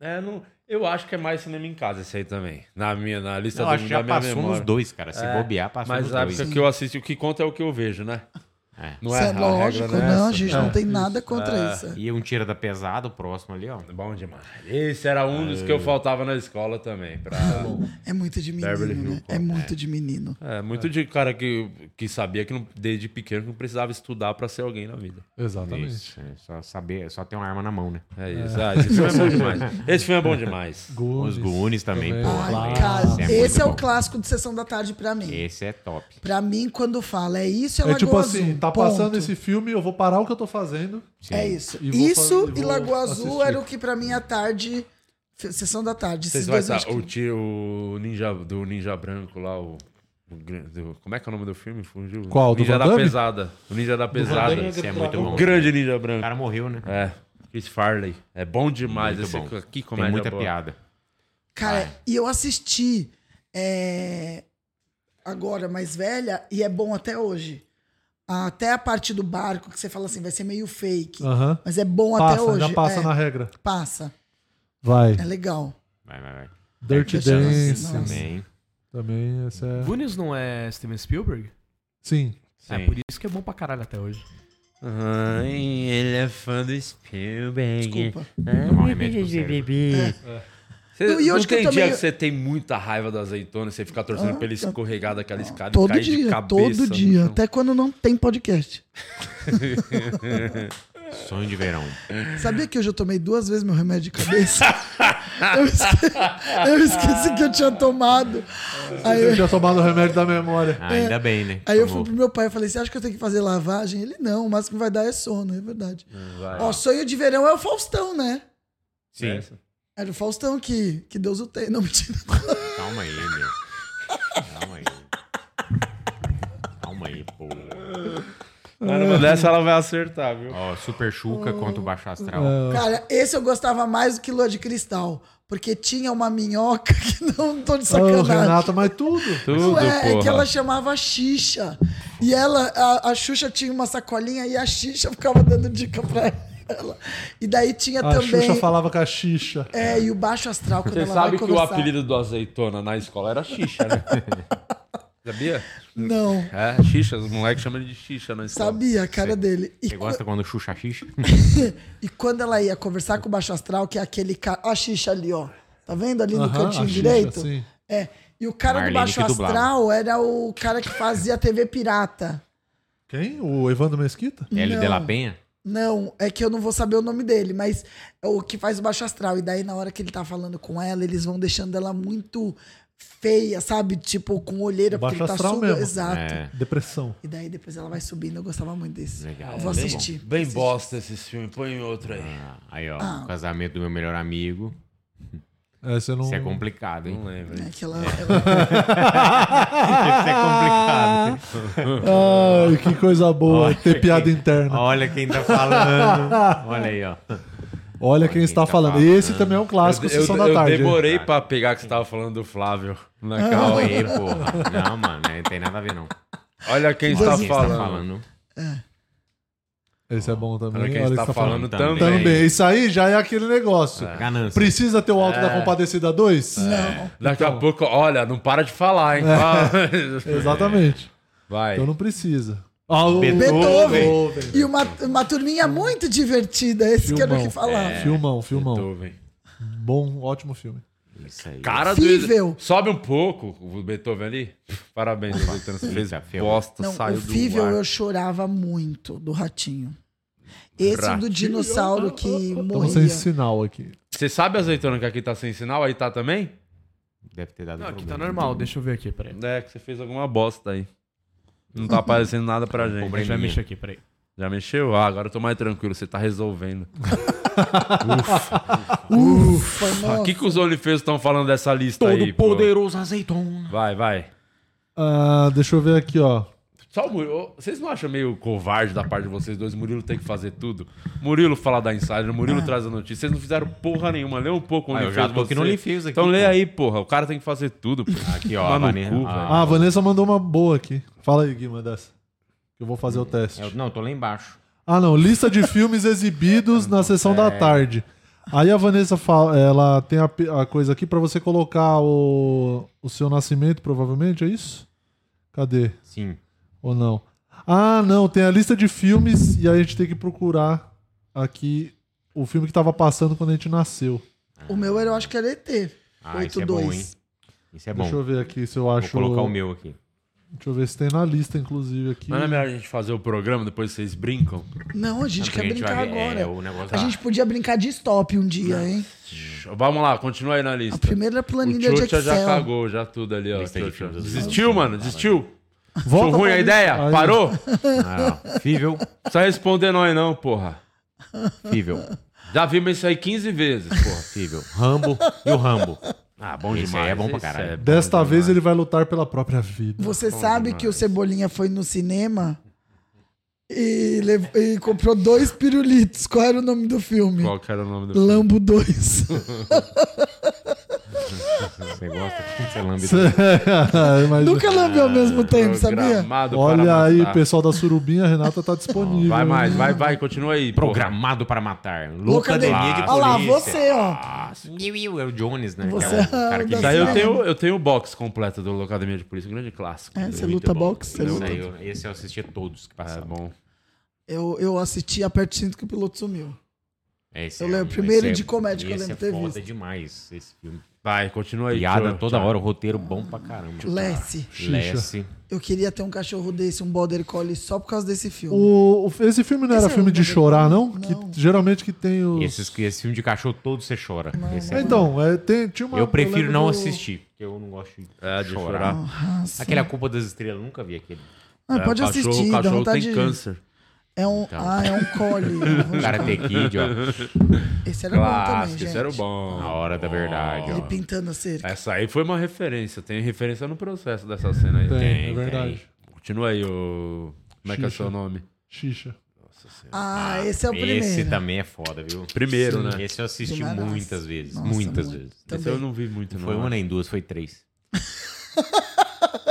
É, não, eu acho que é mais cinema em casa esse aí também. Na minha, na lista Eu do, acho que da já é minha passou memória. nos dois, cara. Se É, bobear, passou Mas nos a dois. época que eu assisto, o que conta é o que eu vejo, né? É. Não isso é a regra, lógico, né? não, a gente não É. tem nada contra isso. E um tira da pesada, o próximo ali, ó. Bom demais. Esse era um dos que eu faltava na escola também. Pra... Tá É muito de Beverly menino, Hills né? Cop, É muito de menino. É, muito de cara que, que sabia que não, desde pequeno que não precisava estudar pra ser alguém na vida. Exatamente. Isso, é só saber, só ter uma arma na mão, né? É isso. Ah, esse filme é bom demais. Esse filme é bom demais. Goonies. Os Goonies também, também. pô. Ai, também. Cara, muito esse é bom. o clássico de Sessão da Tarde pra mim. Esse é top. Pra mim, quando fala é isso, é É Lagoa tipo assim, Azul, tá ponto. passando esse filme, eu vou parar o que eu tô fazendo. Sim. É isso. E vou isso fazer- e vou Lagoa Azul assistir. era o que pra mim a tarde... fe- Sessão da Tarde. Esses Vocês vão dois eu estar. acho que- tá, O, tio, o ninja do Ninja Branco lá, o. o gran- do- como é que é o nome do filme? Fugiu. Qual? Do Ninja Van da Damme? Pesada. O Ninja da Pesada. Damme? Esse é muito O bom. grande Ninja O Branco. cara morreu, né? É. Chris Farley. É bom demais. Muito esse bom. aqui Tem comédia muita boa. piada. Cara, Vai. e eu assisti é, agora mais velha e é bom até hoje. Até a parte do barco que você fala assim, vai ser meio fake. Aham. Mas é bom até Ah. Passa, hoje. já passa é, na regra. passa. Vai. É legal. Vai, vai, vai. Dirty Deixa eu Dance. assistir. Nossa. Também. Também, essa é. Goonies não é Steven Spielberg? Sim. É por isso que é bom pra caralho até hoje. Ai, ele é fã do Spielberg. Desculpa. Tomar um remédio pro cérebro. Cê, Não, não, e hoje que eu tem também- Ah, tá. dia que você tem muita raiva da azeitona, você fica torcendo pra ele escorregar daquela escada e Todo cair de dia, cabeça. todo no dia. chão. Até quando não tem podcast. Sonho de verão. Sabia que hoje eu tomei duas vezes meu remédio de cabeça? eu, esque- eu esqueci que eu tinha tomado. Aí, Eu eu- tinha tomado o remédio da memória. Ah, ainda bem, né? aí eu Tomou. fui pro meu pai e falei: Você acha que eu tenho que fazer lavagem? Ele: Não, o máximo que vai dar é sono, é verdade. Ó, sonho de verão é o Faustão, né? Sim. Era o Faustão que, que Deus o tem. Não, mentira. Calma aí, meu. Calma aí. Calma aí, pô. Caramba, dessa ela vai acertar, viu? Ó, Super Chuca contra o Baixo Astral. Cara, esse eu gostava mais do que Lua de Cristal. Porque tinha uma minhoca que não tô de Ô, sacanagem. Renata, mas tudo. Tudo, é, é que porra. ela chamava Xixa. E ela, a, a Xuxa tinha uma sacolinha e a Xixa ficava dando dica pra ela. E daí tinha Ah, A também. Xuxa falava com a Xixa. É, e o Baixo Astral, quando Você ela sabe vai que o conversar. apelido do azeitona na escola era Xixa, né? Sabia? Não, É, Xixa, os moleques chamam ele de Xixa na escola. sabia a cara dele. E, Você gosta quando Xuxa xixa? e quando ela ia conversar com o Baixo Astral, que é aquele cara. Ó, a Xixa ali, ó. Tá vendo ali no Aham, a cantinho Xixa, direito? sim. É. E o cara Marlene do Baixo que dublava. Astral era o cara que fazia TV Pirata. Quem? O Evandro Mesquita? Hélio de Não. la Penha? Não, é que eu não vou saber o nome dele, mas é o que faz o Baixo Astral. E daí, na hora que ele tá falando com ela, eles vão deixando ela muito feia, sabe? Tipo, com olheira, O porque Baixo ele tá Astral sujo. mesmo. Exato. É. Depressão. E daí depois ela vai subindo, eu gostava muito desse. Legal. Eu vou Bem- assistir. Bem, Assistir. bosta esses filmes, põe outro aí. Ah, aí, ó. Ah. o Casamento do meu melhor amigo. É, você não. Isso é complicado, hein? Não lembro. É que ela, ela- Isso é complicado. Ai, que coisa boa Olha ter piada quem- interna. Olha quem tá falando. Olha aí, ó. Olha quem quem está tá falando. falando. Esse também é um clássico, eu Sessão eu da Tarde. Ah. demorei pra pegar que você tava falando do Flávio. Na Calma calma. aí, porra. Não, mano, não tem nada a ver, não. Olha quem Olha está tá quem tá falando. Esse é bom também. Olha quem Olha está o que você tá falando falando. também. Também. Isso aí já é aquele negócio. Ganância. Precisa ter o alto da Compadecida 2? Não. Daqui Então. a pouco, olha, não para de falar, hein? Ah, Exatamente. Vai. É. Então não precisa. Ah, o Beethoven. Beethoven. E uma, uma turminha muito divertida, esse que era o Filmão. É. que falava. Filmão, filmão. Beethoven. Bom, ótimo filme. Isso aí. Cara Fível. do. Sobe um pouco o Beethoven ali. Parabéns, Beethoven. Você fez Eita, ferrou. bosta, Não, saiu o do Fível ar. eu chorava muito do ratinho. Esse do dinossauro que Estamos sem morria. sinal aqui. Você sabe, azeitona, que aqui tá sem sinal? Aí tá também? Deve ter dado Não, aqui tá problema. normal, deixa eu ver aqui, peraí. É, que você fez alguma bosta aí. Não tá aparecendo nada pra gente. A gente vai mexer aqui, peraí. Já mexeu? Ah, agora eu tô mais tranquilo, você tá resolvendo. Ufa, Ah, O nossa. que, que os OnlyFans estão falando dessa lista Todo aí? pô? poderoso azeitona. Vai, vai. Ah, deixa eu ver aqui, ó. Só o Murilo. Vocês não acham meio covarde da parte de vocês dois? Murilo tem que fazer tudo. Murilo fala da insider, Murilo traz a notícia. Vocês não fizeram porra nenhuma. Lê um pouco o Ah, eu OnlyFans já de tô aqui no vocês. OnlyFans aqui, Então lê pô. aí, porra. O cara tem que fazer tudo. pô. Aqui, ó, Tomar a no Vanessa. cu, a- Ah, a Vanessa mandou uma boa aqui. Fala aí, Guima, dessa. Que eu vou fazer o teste. É, eu- não, tô lá embaixo. Ah, não. Lista de filmes exibidos na sessão da tarde. Aí a Vanessa fala, ela tem a, pe- a coisa aqui pra você colocar o, o seu nascimento, provavelmente, é isso? Cadê? Sim. Ou não? Ah, não, tem a lista de filmes e aí a gente tem que procurar aqui o filme que tava passando quando a gente nasceu. O meu era, eu acho que era ET. Ah, isso é bom, hein? 82. Isso é bom. Deixa eu ver aqui se eu Vou acho. colocar o meu aqui. Deixa eu ver se tem na lista, inclusive, aqui. Mas não é melhor a gente fazer o programa, depois vocês brincam? Não, a gente Porque quer brincar vai ver- agora. É, o negócio A gente podia brincar de stop um dia, hein? Vamos lá, continua aí na lista. A primeira O planilha de Tchotcha Excel. já cagou, já tudo ali, ó. Lista de Tchotcha. filmes dos Desistiu, anos. mano? Desistiu? Foi Volta pra ruim a lista. ideia? Aí. Parou? Ah, fível, Não precisa responder nós não, porra. fível, Já vimos isso aí 15 vezes, porra. fível. Rambo e o Rambo. Ah, bom Esse demais. aí é bom pra esse caralho. é bom Desta demais. vez ele vai lutar pela própria vida. Você sabe que o Cebolinha foi no cinema e, lev- e comprou dois pirulitos. Qual era o nome do filme? Qual que era o nome do filme? Lambo 2. é- Você gosta de ser lambido. Mas- Nunca lambeu ao mesmo tempo, sabia? Programado para Olha aí, matar. pessoal da Surubinha, a Renata tá disponível. Vai hein? mais, vai, vai, continua aí. porra. Programado para matar. Loucademia de polícia. Olha lá, você, ó. Ah, iu, iu, é o Jones, né? Você que é o cara que é o Isso aí eu Sim. tenho, eu tenho o box completo do Locademia de Polícia, um grande clássico. É, você Muito luta bom. boxe, você Não, luta. daí eu- Esse eu assisti todos que Tá É passaram. bom. Eu, eu assisti Aperte o Cinto que o Piloto Sumiu. Esse é um- Eu lembro, primeiro esse de comédia que eu esse lembro ter é foda visto. demais, esse filme. Vai, continua aí. Piada tio- toda tio- hora, o roteiro bom pra caramba. Lessie. Lesse. Eu queria ter um cachorro desse, um border collie, só por causa desse filme. O, o- esse filme não era Esse é filme o de Border chorar, não? Collie? Que Não. geralmente que tem os. Esses, esse filme de cachorro todo você chora. Esse é- Então, é, tem, tinha uma. eu prefiro lembro não do- assistir, porque eu não gosto de, É, de chorar. chorar. Nossa. Aquele A Culpa das Estrelas, eu nunca vi aquele. Ah, É, pode o cachorro- assistir, O dá cachorro vontade tem de- câncer. Então. É um, Ah, é um collie. Vamos jogar. Karate Kid, ó. Esse era bom também, Clássico, gente. isso era o bom. Na hora da verdade, Ele ó. pintando a cerca. Essa aí foi uma referência. Tem referência no processo dessa cena aí. Tem, é tem. verdade. Continua aí, o... Como é que é o seu Xixa. nome? Xixa. Ah, esse é o primeiro. Esse também é foda, viu? Primeiro, Sim, né? Esse eu assisti Nossa. muitas vezes. Nossa, muitas muito. vezes. Esse Também. eu não vi muito, Não não. foi uma nem duas, foi três.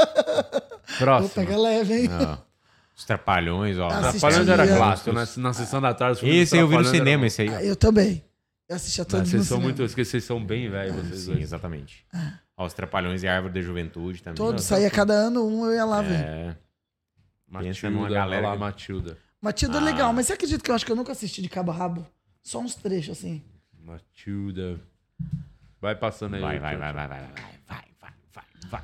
Pô, Próximo. pega leve, hein? Ah, Os Trapalhões, ó. Assisti. Trapalhões era Ah, Assistia. clássico, né? Na sessão da tarde. os filmes Esse aí eu vi no Trapalhões eram- cinema, esse aí. ó. Ah, eu também. Eu assistia Ah, todos Vocês no são cinema. muito... Eu esqueci, vocês são bem velhos, vocês Sim, dois. exatamente. Ó, os Trapalhões e a Árvore da Juventude também. Ah. Todos, ó. saía né? cada ano um, eu ia lá ver. É. Pensa numa Matilda, galera galera lá, que- Matilda. Matilda é Ah. legal, mas você acredita que eu acho que eu nunca assisti de cabo a rabo? Só uns trechos, assim. Matilda. Vai passando aí. Vai, vai, tio. vai, vai, vai, vai, vai, vai, vai, vai.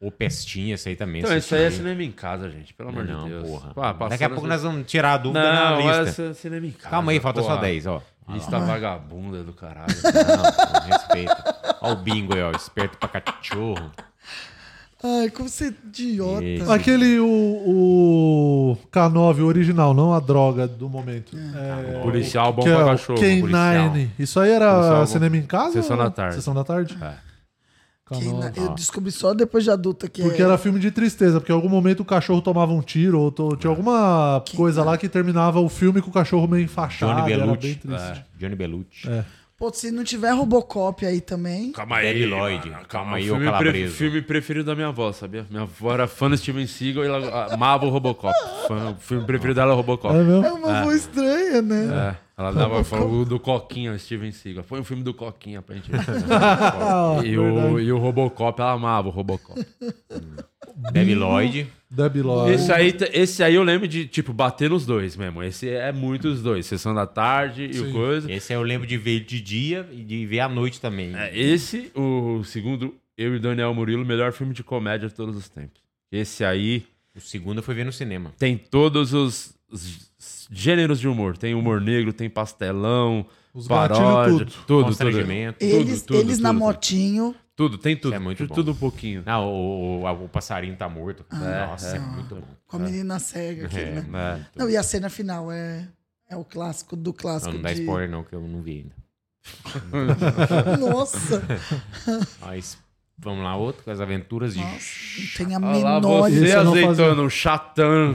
O Pestinha, esse aí também. Então, isso aí é assisti. cinema em casa, gente. Pelo amor Não, de Deus. porra. Pá, passando Daqui a pouco essa- nós vamos tirar a dúvida na Não, lista. essa cinema em casa. Calma aí, falta só porra. 10, ó. Lista vagabunda do caralho. Não, respeita. Ó o bingo aí, ó. Esperto pra cachorro. Ai, como você é idiota. Esse. Aquele o, o K9 o original, não a droga do momento. É, Policial bom que é pra o cachorro. policial. K9. Isso aí era Policial bom. cinema em casa? Sessão ou- da tarde. É. Sessão da tarde? Que K9. na- né, Eu descobri só depois de adulta que Porque é... era filme de tristeza, porque em algum momento o cachorro tomava um tiro, ou to- É. tinha alguma coisa lá que terminava o filme com o cachorro Johnny meio enfaixado, era bem Bellucci. triste. É, Johnny Bellucci. É. Pô, se não tiver Robocop aí também... Calma Debbie aí, Lloyd. mano, Calma Calma aí, aí, ô o filme, pre Calabresa. filme preferido da minha avó, sabia? Minha avó era fã do Steven Seagal e ela amava o Robocop. Fã- o filme preferido dela é o Robocop. É mesmo? É uma voz estranha, né? É, ela dava falou do Coquinha, o Steven Seagal. Foi um filme do Coquinha pra gente ver. Ah, Ah, e, o, e o Robocop, ela amava o Robocop. Debbie Lloyd. Debbie Lloyd. Esse aí, tá, esse aí eu lembro de, tipo, bater nos dois mesmo. Esse é muito os dois. Sessão da tarde e o coisa. Esse aí eu lembro de ver de dia e de ver à noite também. É, Esse, o segundo, eu e Daniel Murilo, melhor filme de comédia de todos os tempos. Esse aí O segundo eu fui ver no cinema. tem todos os, os gêneros de humor. Tem humor negro, tem pastelão, Os paródia, gatilhos, tudo, tudo. Tudo, Constrangimento. Eles, tudo, eles na tudo. motinho... tudo tem tudo. Isso é muito tudo, bom. tudo um pouquinho. Ah, o, o- o passarinho tá morto. Nossa, é, muito bom. Com a menina cega aqui, É, né? mas- Não, e a cena final é, é o clássico do Não, clássico não dá de... spoiler não, que eu não vi ainda. Nossa! Mas vamos lá, outro, com as aventuras de... Nossa, não tem a Olha lá menor você Esse eu não fazia. azeitando, o chatã.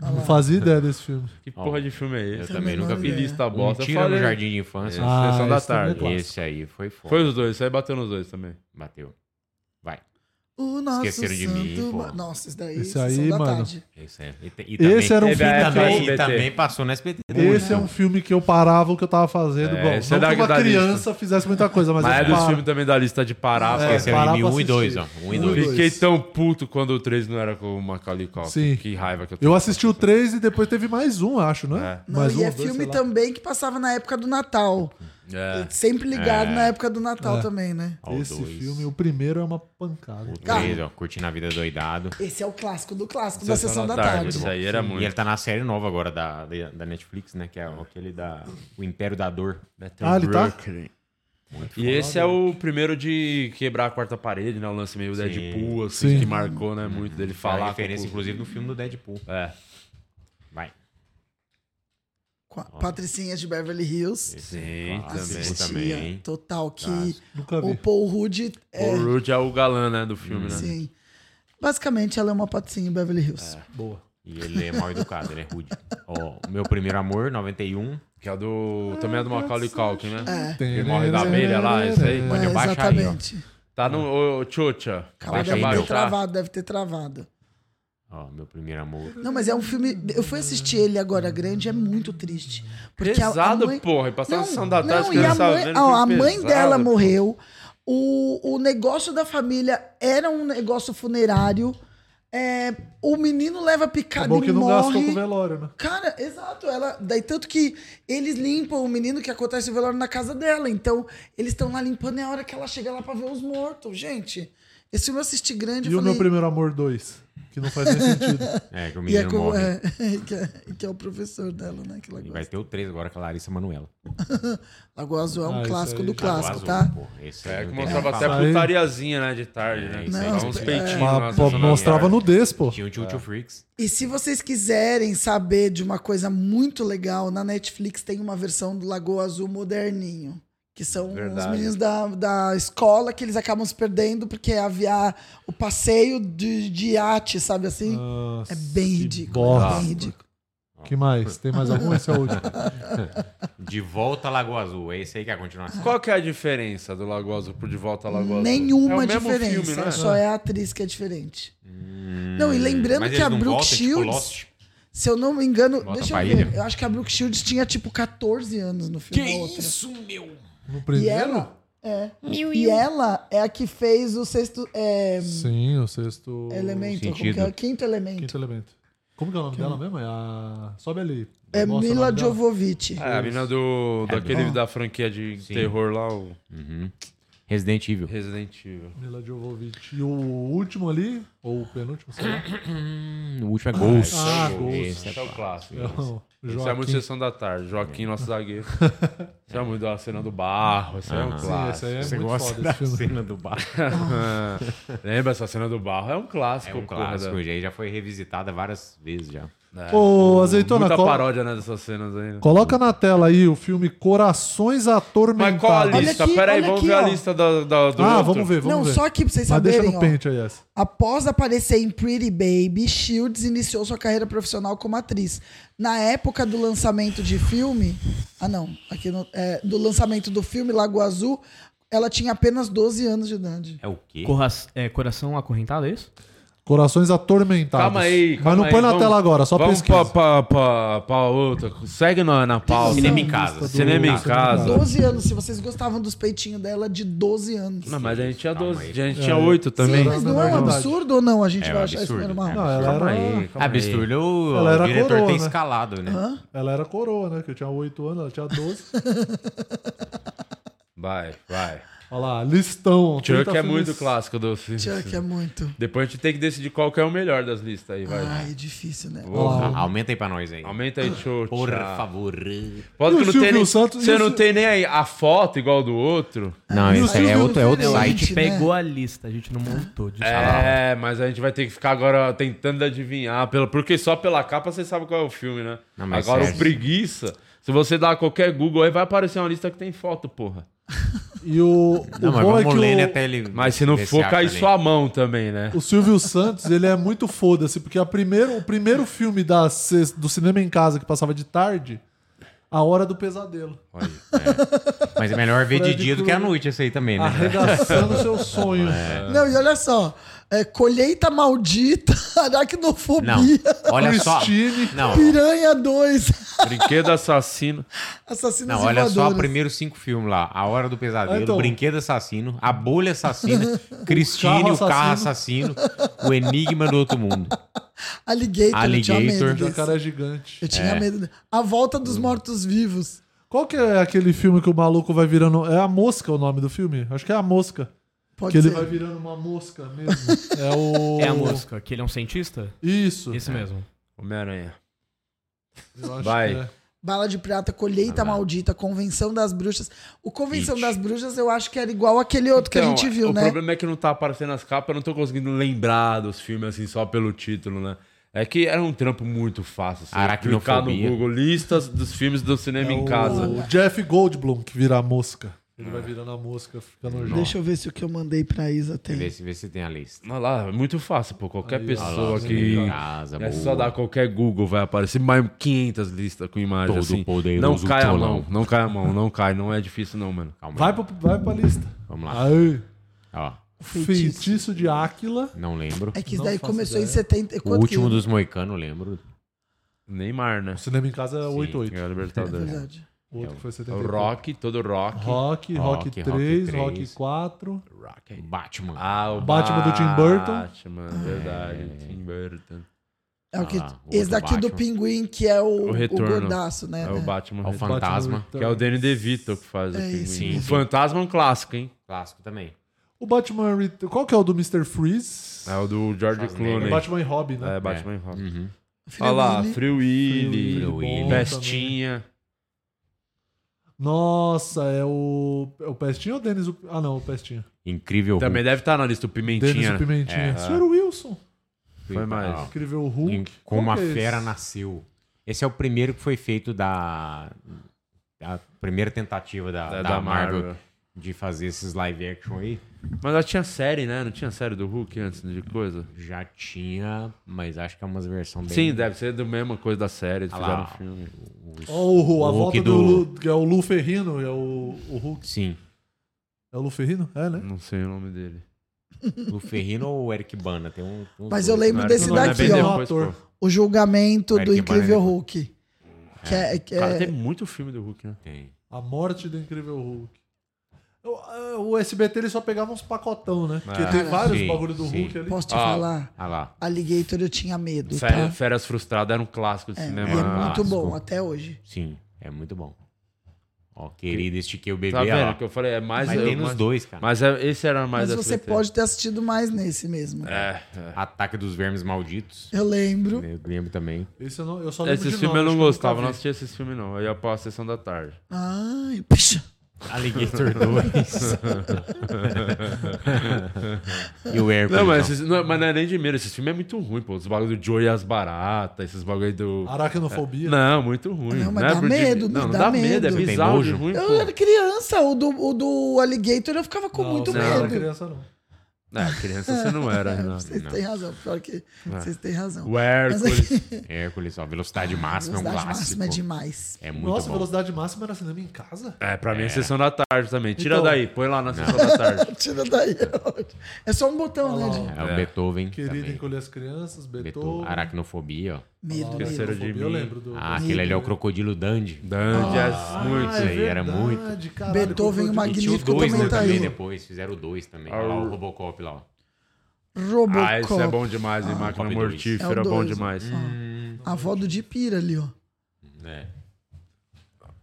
Não fazia ideia desse filme. Que porra de filme é Eu esse? também nunca Que vi. lista Um bosta. Eu tira no falei. jardim de infância. Ah, Sessão da esse também é tarde. clássico. Esse aí foi foda. Foi os dois, isso aí bateu nos dois também. Bateu. Vai. O nosso Esqueceram de santo mim, pô. ma- Nossa, isso daí, Esse sessão aí, da mano. tarde. Esse, é. e, te- e Esse era um e filme que também, eu- e também passou no SBT. Esse é um filme que eu parava o que eu tava fazendo. É, Bom, esse não é da- que uma da criança fizesse muita coisa, mas, Mas é eu dos parava. filmes também da lista de parar. É, porque Esse é parar o pra 1 e 2, ó. 1 assistir. e Um e dois. 2. Fiquei tão puto quando o 3 não era com o Macaulay Culkin. Sim. Que raiva que eu tô. Eu assisti o 3 e depois teve mais um, acho, né? É. Não, mais e um, é ou dois, filme sei lá. também que passava na época do Natal. É. Sempre ligado na época do Natal É. também, né? Ó, o Esse dois. filme, o primeiro é uma pancada. O 3, ó. Curtindo a Vida Doidado. Esse é o clássico do clássico da Sessão da, Tarde. Isso aí era muito. E ele tá na série nova agora da, da, da Netflix, né? Que é aquele da... O Império da Dor. Metal Ah, ele tá? Brooklyn. E esse é o primeiro de quebrar a quarta parede, né? O lance meio Deadpool, assim, Sim. que marcou, né? Muito dele Falar falar. Uhum. É referência, com o- inclusive, no filme do Deadpool. É. Vai. Com a Patricinha de Beverly Hills. Sim, também. Assistia, também. Total, que Nunca o vi. Paul Rudd é... O Rude é o galã, né? Do filme, né? Sim. Basicamente, ela é uma patricinha em Beverly Hills. Boa. E ele é mal educado, ele é rude. Ó, Meu Primeiro Amor, 91. Que é o do. Também é do Macaulay Culkin, né? É, Ele morre da abelha lá, esse aí. é, eu baixar aí, ó. exatamente. Tá no. Ô, Tchotcha. Calma, Baixa deve aí, ter meu. travado, deve ter travado. Ó, Meu Primeiro Amor. Não, mas é um filme. Eu fui assistir ele agora grande, é muito triste. Porque a- Pesado, a mãe... porra. E passar a sessão da tarde, não, e a criança mãe, vendo ó, filme a mãe pesado, dela pô. morreu. O, o negócio da família era um negócio funerário. É, o menino leva picada Acabou e É que não morre. gastou com o velório, né? Cara, exato. Ela, daí tanto que eles limpam o menino que acontece o velório na casa dela. Então, eles estão lá limpando e é a hora que ela chega lá pra ver os mortos. Gente, esse filme eu assisti grande. E eu o falei, meu primeiro amor 2, que não faz nem sentido. É, que o e é menino com- morre. é, que, é, que é o professor dela, né? Que E Lagoa, vai ter o 3 agora com a Larissa Manoela. Lagoa Azul é um Ah, isso clássico aí do já- clássico, Azul, tá? porra, esse aí É, não que tem mostrava nem até o que falar. putariazinha, né, de tarde, né? É, isso aí Dava não, uns é. peitinhos. Mas, né, lá, pô, essas mostrava mulheres. nudez, pô. Tinha o Tio Tio Freaks. E se vocês quiserem saber de uma coisa muito legal, na Netflix tem uma versão do Lagoa Azul moderninho. Que são os Verdade. meninos da, da escola que eles acabam se perdendo porque havia o passeio de, de iate, sabe assim? Nossa, é bem que ridículo. É bosta. Ah, bem ridículo. Que mais? Tem mais algum? Esse é o último. De volta à Lagoa Azul. É esse aí que é a continuação. Qual que é a diferença do Lago Azul pro De Volta ao Lago Azul? Nenhuma é o mesmo diferença. Filme, né? Só é a atriz que é diferente. não, e lembrando Hum, Mas que eles a não Brooke voltam, tipo Shields. Lost? se eu não me engano, Volta deixa pra eu ver. ilha. Eu acho que a Brooke Shields tinha tipo 14 anos no filme. a outra. meu? No E primeiro? ela. É. E ela é a que fez o sexto é, Sim, o sexto. elemento. Como sentido. que é? Quinto elemento. Quinto elemento. Como que é o nome dela mesmo? É a. Sobe ali. É Mostra o Mila nome dela. Jovovich. É, a menina do, daquele bom. da franquia de terror lá, o Resident Evil. Resident Evil. Mila Jovovich. E o último ali, ou o penúltimo, sei lá. Hum, o último é Ghost. Ah, Esse Esse é o clássico. É o Isso é muito Joaquim. Sessão da Tarde. Joaquim, nosso zagueiro. Isso é muito da cena do barro. Isso é Sim, um esse clássico. aí é Você muito gosta foda da esse filme. cena do bar. Lembra essa cena do barro? É um É clássico. um porra, né? clássico, já, já foi revisitada várias vezes já. da- Ô, É. Muita Azeitona, col- paródia né, dessas cenas aí. né? coloca na tela aí o filme Corações Atormentados. Mas qual a Olha lista? aqui, Peraí, olha vamos aqui, ver a ó. lista da- da- do Ah, outro. vamos ver, vamos Não, ver. só aqui pra vocês Mas deixa saberem, no ó. pente aí essa. Após aparecer em Pretty Baby, Shields iniciou sua carreira profissional como atriz. Na época do lançamento de filme. Ah, não. Aqui no- é, do lançamento do filme Lago Azul, ela tinha apenas 12 anos de idade. É o quê? Corra é, coração acorrentado, é isso? Corações Atormentados. Calma aí, Tá. Mas calma não aí, põe na vamos- tela agora, só Vamos pesquisa. pra, pra, pra, pra outra. Segue na, na pauta. Cinema em casa. Do- Cinema em casa. 12 anos, se vocês gostavam dos peitinhos dela, de 12 anos. Não, mas a gente tinha Calma 12. aí. A gente tinha 8 também. Mas não é um Verdade. absurdo ou não? A gente É vai um achar isso absurdo, normal. é. Não, ela era, Calma aí, calma aí. Ah, Absurdo, o Ela era o diretor coroa, tem né? escalado, né? ela era coroa, né? Que eu tinha 8 anos, ela tinha 12. Vai, vai. Olha lá, listão. Chuck 30 é filmes- muito clássico do filme. Chuck é muito. Depois a gente tem que decidir qual que é o melhor das listas aí, vai. Ai, difícil, né? Olha lá. Aumenta aí pra nós aí. Aumenta aí, show. Por favor. Pode E que o não tem Silvio nem, Santos- e você o não Sil- tem nem aí a foto igual do outro. Não, E o esse aí é Silvio outro, é outro Filho? A site. gente Gente, né? pegou a lista, a gente não montou. desculpa. É, mas a gente vai ter que ficar agora tentando adivinhar. pelo- Porque só pela capa você sabe qual é o filme, né? Não, mas agora sério. o preguiça. Se você dar qualquer Google aí, vai aparecer uma lista que tem foto, porra. E o, Não, o mas bom é vamos ler, né, que até ele... Mas se não ver for, acha cai ali. sua mão também, né? o, o Silvio Santos, ele é muito foda-se, porque a primeiro, o primeiro filme da, ses- do cinema em casa que passava de tarde, A Hora do Pesadelo. Olha, é. Mas é melhor ver de Fred dia do que à Krueger. Ah, noite esse aí também, né? Arregaçando seus sonhos. Não, e olha só. é, colheita maldita, aracnofobia, Não, olha só. Christine. Não, piranha 2, Brinquedo assassino. assassinos não, olha só os voadores. primeiros cinco filmes lá. A Hora do Pesadelo, Ah, então. Brinquedo Assassino, A Bolha Assassina, Cristine, Carro o Carro Assassino, O Enigma do Outro Mundo. Alligator, eu tinha Alligator. medo desse. Jacaré é gigante. Eu tinha medo dele. A volta dos mortos-vivos. Qual que é aquele filme que o maluco vai virando. É a mosca o nome do filme? Acho que é a mosca. Pode que ser. ele vai virando uma mosca mesmo. É o. É a mosca, que ele é um cientista? Isso. Esse mesmo. Homem-Aranha. Eu acho Vai. que é. Bala de Prata, Colheita Maldita, Convenção das Bruxas. O Convenção das Bruxas eu acho que era igual aquele outro que a Então, gente viu, o né? problema é que não tá aparecendo as capas, eu não tô conseguindo lembrar dos filmes assim só pelo título, né? É que era um trampo muito fácil. Você clicar no Aracnofobia. Google listas dos filmes do cinema em casa. É O Jeff Goldblum que vira a mosca. Ele vai virando a mosca, fica nojento. Deixa eu ver se o que eu mandei pra Isa Vê tem. se, vê se tem a lista. Olha lá, é muito fácil, pô. Qualquer Aí, ó. pessoa Olha lá, que. sim. Casa, É boa. só dar qualquer Google, vai aparecer mais 500 listas com imagem Todo assim. poderoso Não cai a Tcholão. mão, não cai a mão, não cai. Não é difícil, não, mano. Calma Vai, aí. pro, vai pra lista. Vamos lá. Aí. Ó, Feitiço, de Áquila. não lembro. É que isso Não daí faço começou em ideia. 70. e O quanto último que... é? dos Moicanos, lembro. Neymar, né? O cinema em casa é 8-8. É o É Libertadores. verdade. O outro que foi 74. Rock, todo rock. Rock, Rock, Rock, Rock 3, Rock, 3. 4. Rock. Batman. Ah, o Batman do Tim Burton. Batman, verdade, Tim Burton. É o que, Ah lá, o esse do daqui do Batman. Pinguim, que é o, O o, Retorno. gordaço, né? É o Batman É o Retorno, Fantasma. que é o Danny DeVito que faz o É Pinguim. isso O mesmo. Fantasma é um clássico, hein? Clássico também. O Batman. Ret- Qual que é o do Mr. Freeze? É o do George Schwarzenegger. Clooney. É Batman e Robin, né? É, Batman e Robin. Filho é Olha lá, dele. Free Willy, Free Willy, bom Pestinha. Nossa, é o. É o Pestinha ou o Denis. o- Ah, não, o Pestinha. Incrível. Também deve estar na lista o Denis Pimentinha. o né? Pimentinha. Sr. Wilson. Hulk. Foi mais. Incrível o Em Hulk. Qual Como a que é esse? Fera Nasceu. Esse é o primeiro que foi feito da. A primeira tentativa da, É, Da- É da da Marvel, Marvel. de fazer esses live action aí. Mas ela tinha série, né? Não tinha série do Hulk antes de coisa? Já tinha, mas acho que é umas versões bem. Sim, deve ser da mesma coisa da série. Eles Ah fizeram lá. um filme. Ó, o Ru- O a Hulk volta do. do- Lu- que é o Lu Ferrino, é o, o Hulk. Sim. É o Lu Ferrino? É, né? Não sei o nome dele. O Ferrino ou o Eric Bana? Tem um. uns Mas eu dois. lembro Não, desse não, não, é daqui, bem ó. depois, pô. Ator. O julgamento do Eric Incrível Bana. Hulk. Que é, que é- Cara, tem muito filme do Hulk, né? Tem. A morte do Incrível Hulk. Eu- ah, O SBT ele só pegava uns pacotão, né? Porque tem vários sim, bagulho do sim. Hulk ali. Posso te Ah. falar? Ah lá. Alligator eu tinha medo, Fé- tá? Férias Frustradas era um clássico de É, cinema. e é Ah, muito clássico. bom até hoje. Sim, é muito bom. Ó, querido, estiquei o bebê. Tá ah lá. vendo? que eu falei, é mais. Mas eu- tem nos mas- dois, cara. Mas é- esse era mais Mas você SBT. pode ter assistido mais nesse mesmo. É, é. Ataque dos Vermes Malditos. Eu lembro. Eu lembro também. Esse eu, não, eu só lembro Esses de filmes nome, eu não acho que nunca gostava, vi. não assistia esses filmes, não. Eu ia pra sessão da tarde. Ai, puxa. Alligator 2. e o Hércules. Não, mas, não. esses- não, mas não é nem de medo, esses filmes é muito ruim, pô. Os bagulho do Joe e as Baratas, esses bagulho do. Aracnofobia. Não, muito ruim. Ah, Não, mas é dá por medo, não, me não dá dá medo, é medo. Tem bizarro de nojo? ruim, Eu pô. era criança, o do, o do Alligator eu ficava com Não, muito você Não era medo. criança, não. É, criança você não era, Renato. Vocês têm razão, pior que vocês têm razão. O Hércules. Hércules, ó. Velocidade máxima é um Velocidade clássico. máxima é demais. É muito Nossa, bom. velocidade máxima era cinema em casa? É, pra mim é sessão da tarde também. Tira Então- daí, põe lá na sessão da tarde. Tira daí. É só um botão, né, gente? É o Beethoven. Querido, também. encolher as crianças, Beethoven. Beethoven. Aracnofobia, ó. Medo, Esqueceram medo. de Aracnofobia, Eu mim. lembro do. Ah, aquele ali é o Crocodilo Dandy. Dandy, é muito. isso aí era muito. Ah, Caralho, Beethoven e E Crocodilo. o tinha o Magnífico dois, também né, tá também aí. depois. Fizeram o dois também. Olha lá, o Robocop lá, ó. Robocop. Ah, isso é bom demais, hein? Máquina Robocop dois. É mortífera, o bom dois. Hum. demais. A avó do Dipira ali, ó. É.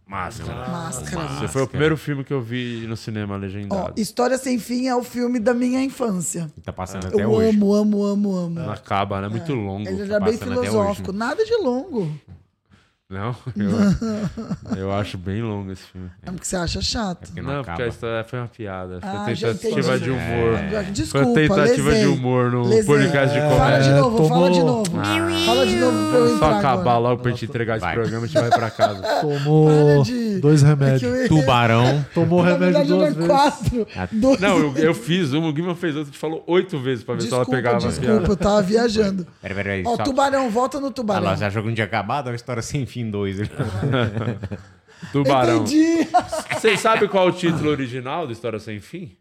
Máscara. Máscara. Esse foi o primeiro filme que eu vi no cinema Ó, legendado. História Sem Fim é o filme da minha infância. E tá Ah. passando até Eu hoje. amo, amo, amo, amo. Não acaba, né? Muito longo. é, Ele era bem passando até hoje, filosófico. Nada de longo. né? Não, eu, eu acho bem longo esse filme. É porque você acha chato. Porque não, Não, porque acaba. a história foi uma piada. Foi Ah, já tentativa entendi. É. de humor. É. Foi Desculpa, uma tentativa lesei. de humor no Lesei. podcast de Fala de comédia. novo, fala de tomou- novo. Fala de novo pra eu Vamos só entrar acabar agora. logo pra gente entregar esse Vai. programa, a gente vai pra casa. Tomou Para de- dois É que remédios. eu errei. Tubarão. Tomou Na remédio verdade, é duas era vezes. Ah, quatro. Dois. Não, eu, eu fiz uma, o Guima fez outra, a gente falou oito vezes pra ver se ela Desculpa, pegava a desculpa, piada. eu tava viajando. Pera, pera, aí, Ó, só- tubarão, volta no Ah tubarão. lá, você achou que não tinha acabado? É uma história sem fim dois. né? um Tubarão. Entendi. Vocês sabem qual é o título original do História Sem Fim?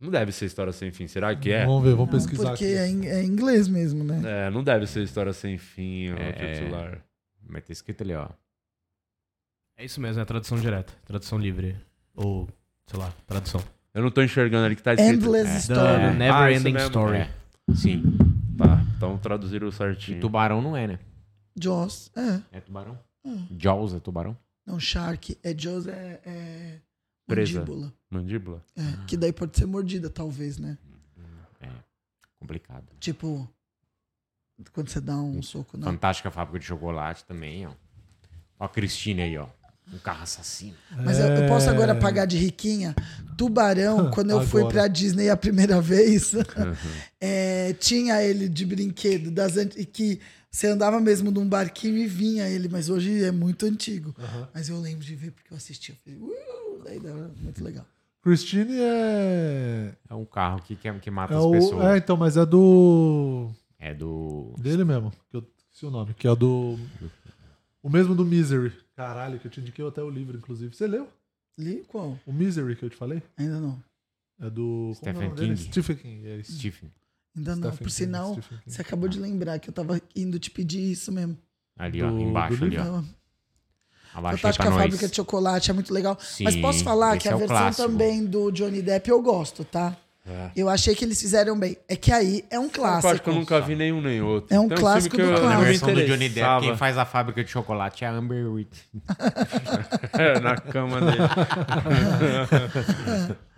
Não deve ser História Sem Fim, será que é? Vamos ver, vamos Não, pesquisar porque aqui. é em, é em inglês mesmo, né? É, não deve ser História Sem Fim o É. titular. Mas tá escrito ali, ó. É isso mesmo, é tradução direta. Tradução livre. Ou, sei lá, tradução. Eu não tô enxergando ali que tá escrito. Endless Story. The Never Ah, isso Ending mesmo. Story. É. Sim. Tá, então traduziram E certinho. tubarão não é, né? Jaws. É. É tubarão? Hum. Jaws é tubarão? Não, Shark. É Jaws, é. é Presa. Ah. Mandíbula. Mandíbula? É, que daí pode ser mordida, talvez, né? Hum. Complicado. Tipo. Quando você dá um soco na. Fantástica Fábrica de Chocolate também, ó. Ó a Cristina aí, ó. Um carro assassino. Mas eu, eu posso agora pagar de riquinha? Tubarão, quando eu fui Agora. pra Disney a primeira vez, é, tinha ele de brinquedo, das ant- e que você andava mesmo num barquinho e vinha ele, mas hoje é muito antigo. Mas eu lembro de ver porque eu assisti. Eu falei, "Uh", daí era muito legal. Christine é. É um carro que, que, que mata É, as o... é, pessoas. então, mas é do. É, do. Dele mesmo. Que eu esqueci o nome. Que é do. O mesmo do Misery. Caralho, que eu te indiquei até o livro, inclusive. Você leu? Li qual? O Misery que eu te falei? Ainda não. É do. como é o Stephen nome dele? King. Stephen King. É isso. Stephen. Ainda não. Stephen Por King, sinal, Stephen King. você acabou de lembrar que eu tava indo te pedir isso mesmo. Ali, ó. Do- Embaixo do ali, ó. Não. Abaixei Fantástica pra nós. Fábrica de Chocolate, é muito legal. Mas Sim, posso falar esse que a é o versão clássico. É. também do Johnny Depp eu gosto, tá? Eu achei que eles fizeram bem. É que aí é um Eu acho que clássico. eu nunca vi nenhum nem outro. É um Tem filme clássico que do eu não Na clássico. versão me do Johnny Depp, interessava. quem faz a fábrica de chocolate é a Amber Heard. É, na cama dele.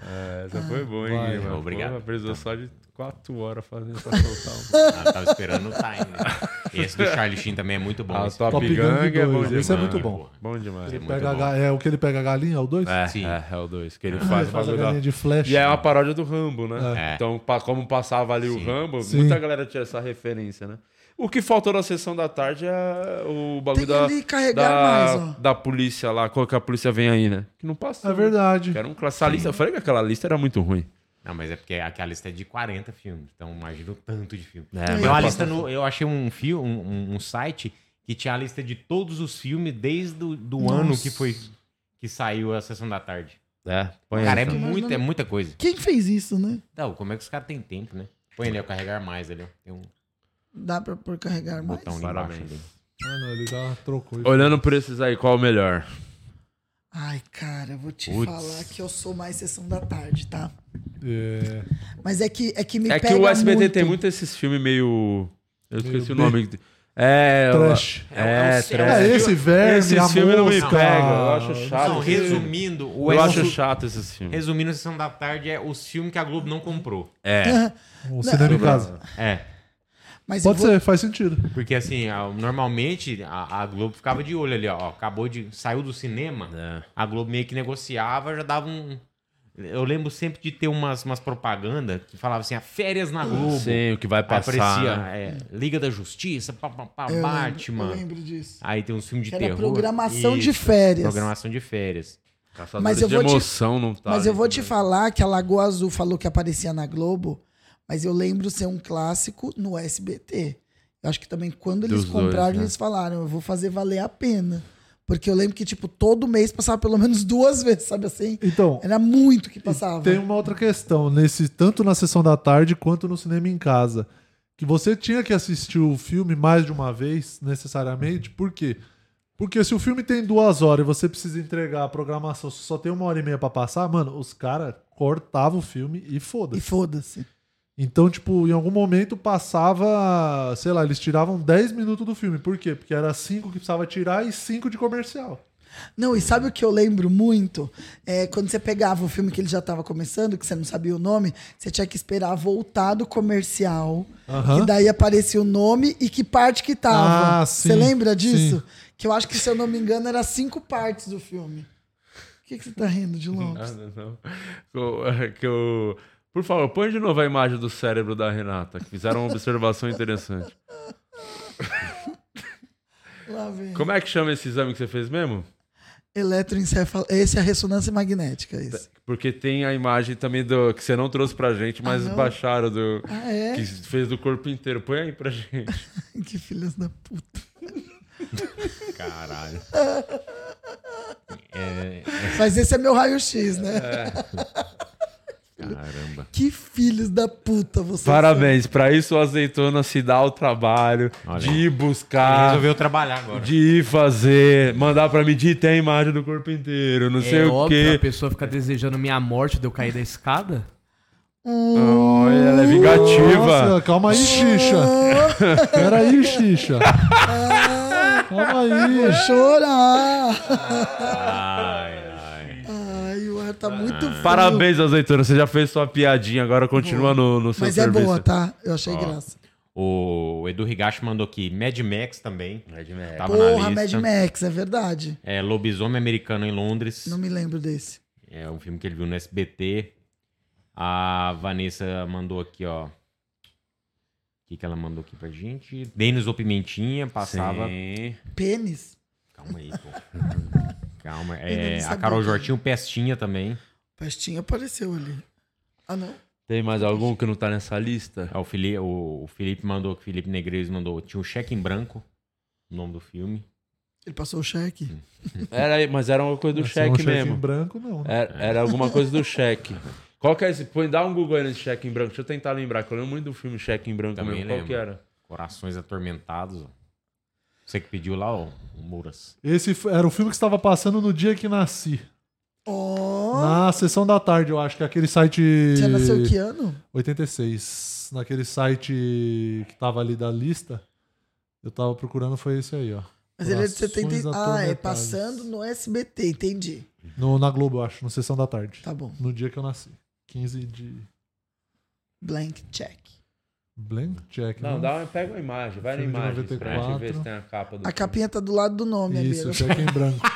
É, essa foi boa, hein, Guilherme? Obrigado. Porra, precisou só de quatro horas fazendo pra soltar um Ah, eu tava esperando o time. né? Esse do Charlie Sheen também é muito bom. um. A esse Top, Top Gun Gang é bom dois, demais. esse é muito bom. Bom demais. Ele É, pega a bom. ga- é o que ele pega a galinha, é o 2? Sim. é, é o 2, que ele ele faz, o faz a bagulho galinha da- de flecha. E é uma paródia do Rambo, né? É. Então, pa- como passava ali o Rambo, Sim. muita galera tinha essa referência, né? O que faltou na sessão da tarde é o bagulho Tem da, ali carregar da, mais, ó. da polícia lá, qual que a polícia vem aí, né? Que não passou. É verdade. Que Era um classe... a lista, eu falei que aquela lista era muito ruim. Não, mas é porque aquela lista é de 40 filmes, então imagina o tanto de filme. É, Tem uma mas- lista no, eu achei um, fio, um, um- um site que tinha a lista de todos os filmes desde o do ano que foi que saiu a Sessão da Tarde. É, põe Cara, aí, é, então. muita, é muita coisa. Quem fez isso, né? Não, como é que os caras têm tempo, né? Põe ali, eu carregar mais ali, ó. Tem um Dá pra por carregar mais. botão ali parabéns. embaixo. ali. Ah, não, ele dá, trocou. Olhando por esses aí, qual o melhor? Ai, cara, eu vou te Putz. falar que eu sou mais sessão da tarde, tá? É, Mas é que, é que me é pega que o SBT muito. tem muito esses filmes meio. Eu Meio esqueci o nome. É. trash. É, É, trash. esse verme, Esses a filmes não me mosca. pegam, eu acho chato. Não, Então, resumindo, o Eu S- acho chato esses filmes. resumindo a Sessão da Tarde é os filmes que a Globo não comprou. É. O um cinema em casa. É. Mas eu Pode vou... ser, faz sentido. Porque assim, a- normalmente a, a Globo ficava de olho ali, ó. Acabou de. Saiu do cinema, a Globo meio que negociava, já dava um. Eu lembro sempre de ter umas, umas propagandas que falava assim, a férias na Globo. Sim, o que vai Aí passar. aparecia né? é, Liga da Justiça, pá, pá, pá, eu Batman. Lembro, eu lembro disso. Aí tem uns filmes de Era terror. programação de férias. Programação de férias. Caçadores Mas eu de vou te- emoção não tá. mas eu né, vou te também. falar que a Lagoa Azul falou que aparecia na Globo, mas eu lembro ser um clássico no SBT. Eu acho que também quando eles Dos dois, compraram, né? eles falaram, eu vou fazer valer a pena. Porque eu lembro que, tipo, todo mês passava pelo menos duas vezes, sabe assim? Então, Era muito que passava. Tem um uma outra questão, nesse, tanto na sessão da tarde quanto no cinema em casa. Que você tinha que assistir o filme mais de uma vez, necessariamente, por quê? Porque se o filme tem duas horas e você precisa entregar a programação, você só tem uma hora e meia pra passar, mano, os caras cortavam o filme e E foda-se. foda-se. Então, tipo, em algum momento passava, sei lá, eles tiravam 10 minutos do filme. Por quê? Porque era 5 que precisava tirar e 5 de comercial. Não, e sabe o que eu lembro muito? É, quando você pegava o filme que ele já estava começando, que você não sabia o nome, você tinha que esperar voltar do comercial. Aham. E daí aparecia o nome e que parte que tava. Ah, sim, Você lembra disso? sim. Que eu acho que, se eu não me engano, era cinco partes do filme. O que, que você tá rindo de Lopes? Ah, Não, não, não. Que eu- que eu- Por favor, põe de novo a imagem do cérebro da Renata, que fizeram uma observação interessante. Lá vem. Como é que chama esse exame que você fez mesmo? Eletroencefalo. Esse é a ressonância magnética, esse. Porque tem a imagem também do que você não trouxe pra gente, mas não? baixaram do. Ah, é? Que fez do corpo inteiro. Põe aí pra gente. Que filhas da puta. Caralho. Mas esse é meu raio-x, né? É. Caramba. Que filhos da puta vocês são. Parabéns. Pra isso, o azeitona se dá o trabalho Olha de aí. ir Ah. buscar, Resolveu trabalhar agora. de ir fazer, mandar pra medir tem a imagem do corpo inteiro, não sei é o óbvio, a quê. pessoa fica desejando minha morte de eu cair da escada. Olha, ela é vingativa. Nossa, calma aí, Xixa. Pera aí, Xixa. Calma aí. Vou chorar. Ah. Ai, ai. Ai, o ar Ah. tá muito frio. Parabéns, azeitona. Você já fez sua piadinha, agora continua no, no seu Mas é serviço. boa, tá? Eu achei graça. O Edu Higashi mandou aqui Mad Max também. Mad Max. Tava Porra, na Mad lista. Max, é verdade. É, Lobisomem Americano em Londres. Não me lembro desse. É um filme que ele viu no SBT. A Vanessa mandou aqui, ó. O que, que ela mandou aqui pra gente? Denis ou Pimentinha passava. Sim. Pênis? Calma aí, pô. Calma. Eu não É, a sabia Carol que- Jortinho Pestinha também. Pastinha apareceu ali. Ah, não? Tem mais algum que não tá nessa lista? É, o, Fili- o- o Felipe mandou, o Felipe Negreiros mandou. Tinha o Cheque em Branco, o nome do filme. Ele passou o cheque. Hum. Era, mas era uma coisa do Esse é um cheque cheque em mesmo. branco, não. né? Era, era alguma coisa do cheque. Qual que é esse? Põe, dá um Google aí nesse cheque em branco. Deixa eu tentar lembrar, que eu lembro muito do filme Cheque em Branco Também mesmo. Qual que lembro. era? Corações Atormentados. ó. Você que pediu lá, ó, o Mouras. Esse f- era o filme que estava passando no dia que nasci. Ó, Na sessão da tarde, eu acho que é aquele site. você nasceu que ano? 86. Naquele site que tava ali da lista, eu tava procurando, foi esse aí, ó. Mas ele é de Corações 70. Ah, é Atormentados. passando no SBT, entendi. No, na Globo, eu acho, no Sessão da Tarde. Tá bom. No dia que eu nasci. 15 de. Blank check. Blank check. né? Não, dá uma, pega uma imagem, vai na Hum? Filme de imagem pra gente 94. ver se tem a capa do A capinha tá do lado do nome, Isso, amigo. cheque em branco.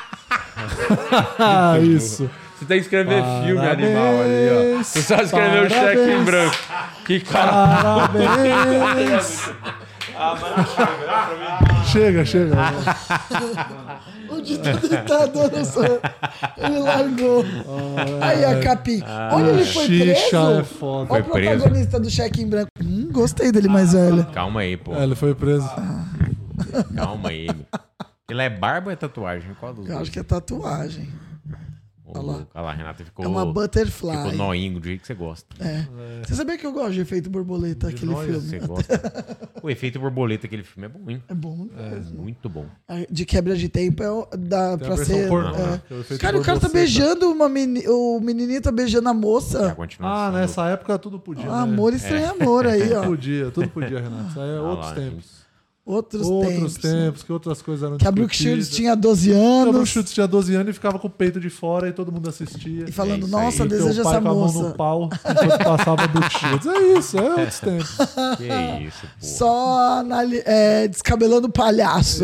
Ah, isso. Você tem que escrever filme animal ali, ó. Parabéns, Você só escreveu o cheque em parabéns. branco. Que cara. Parabéns! chega, chega. O ditador não sou. eu. Ele largou. Aí a capinha. Ah. Olha, ele foi preso. Xixa é foda. Olha o Foi Ah. preso. protagonista do cheque em branco. Hum, gostei dele mais velho. Calma aí, pô. É, ele foi preso. Ah, Calma aí. meu. Ele é barba ou é tatuagem? Qual dos Eu dois? acho que é tatuagem. Ô, olha lá. louco, olha lá, Renata ficou. É uma Ficou butterfly. noinho do jeito que você gosta. É. Você sabia que eu gosto de efeito borboleta, De aquele nós, filme? Você gosta. o efeito borboleta aquele filme é bom, hein? É bom mesmo. Muito bom. A- De quebra de tempo é o- dá Tem a pra versão ser. pornô, é. né? Que é o efeito Cara, o cara tá borboleta. beijando uma meni... O menininho tá beijando É a a moça. continuação. Ah, do- né? nessa época tudo podia. Ah, né? amor estranho amor aí, Tudo ó. podia, tudo podia, Renato. Isso aí é Ah, outros lá, tempos. Outros, outros tempos. tempos, um que outras coisas eram Que a Brooke discutidas. Shields tinha 12 Que a anos. Brooke Shields tinha 12 anos e ficava com o peito de fora e todo mundo assistia. E falando, É isso aí. nossa, E teu deseja pai essa com a mão moça. no pau enquanto passava a Brooke Shields. É isso, é outros tempos. Que é isso, pô. Só anali- é, descabelando o É. palhaço.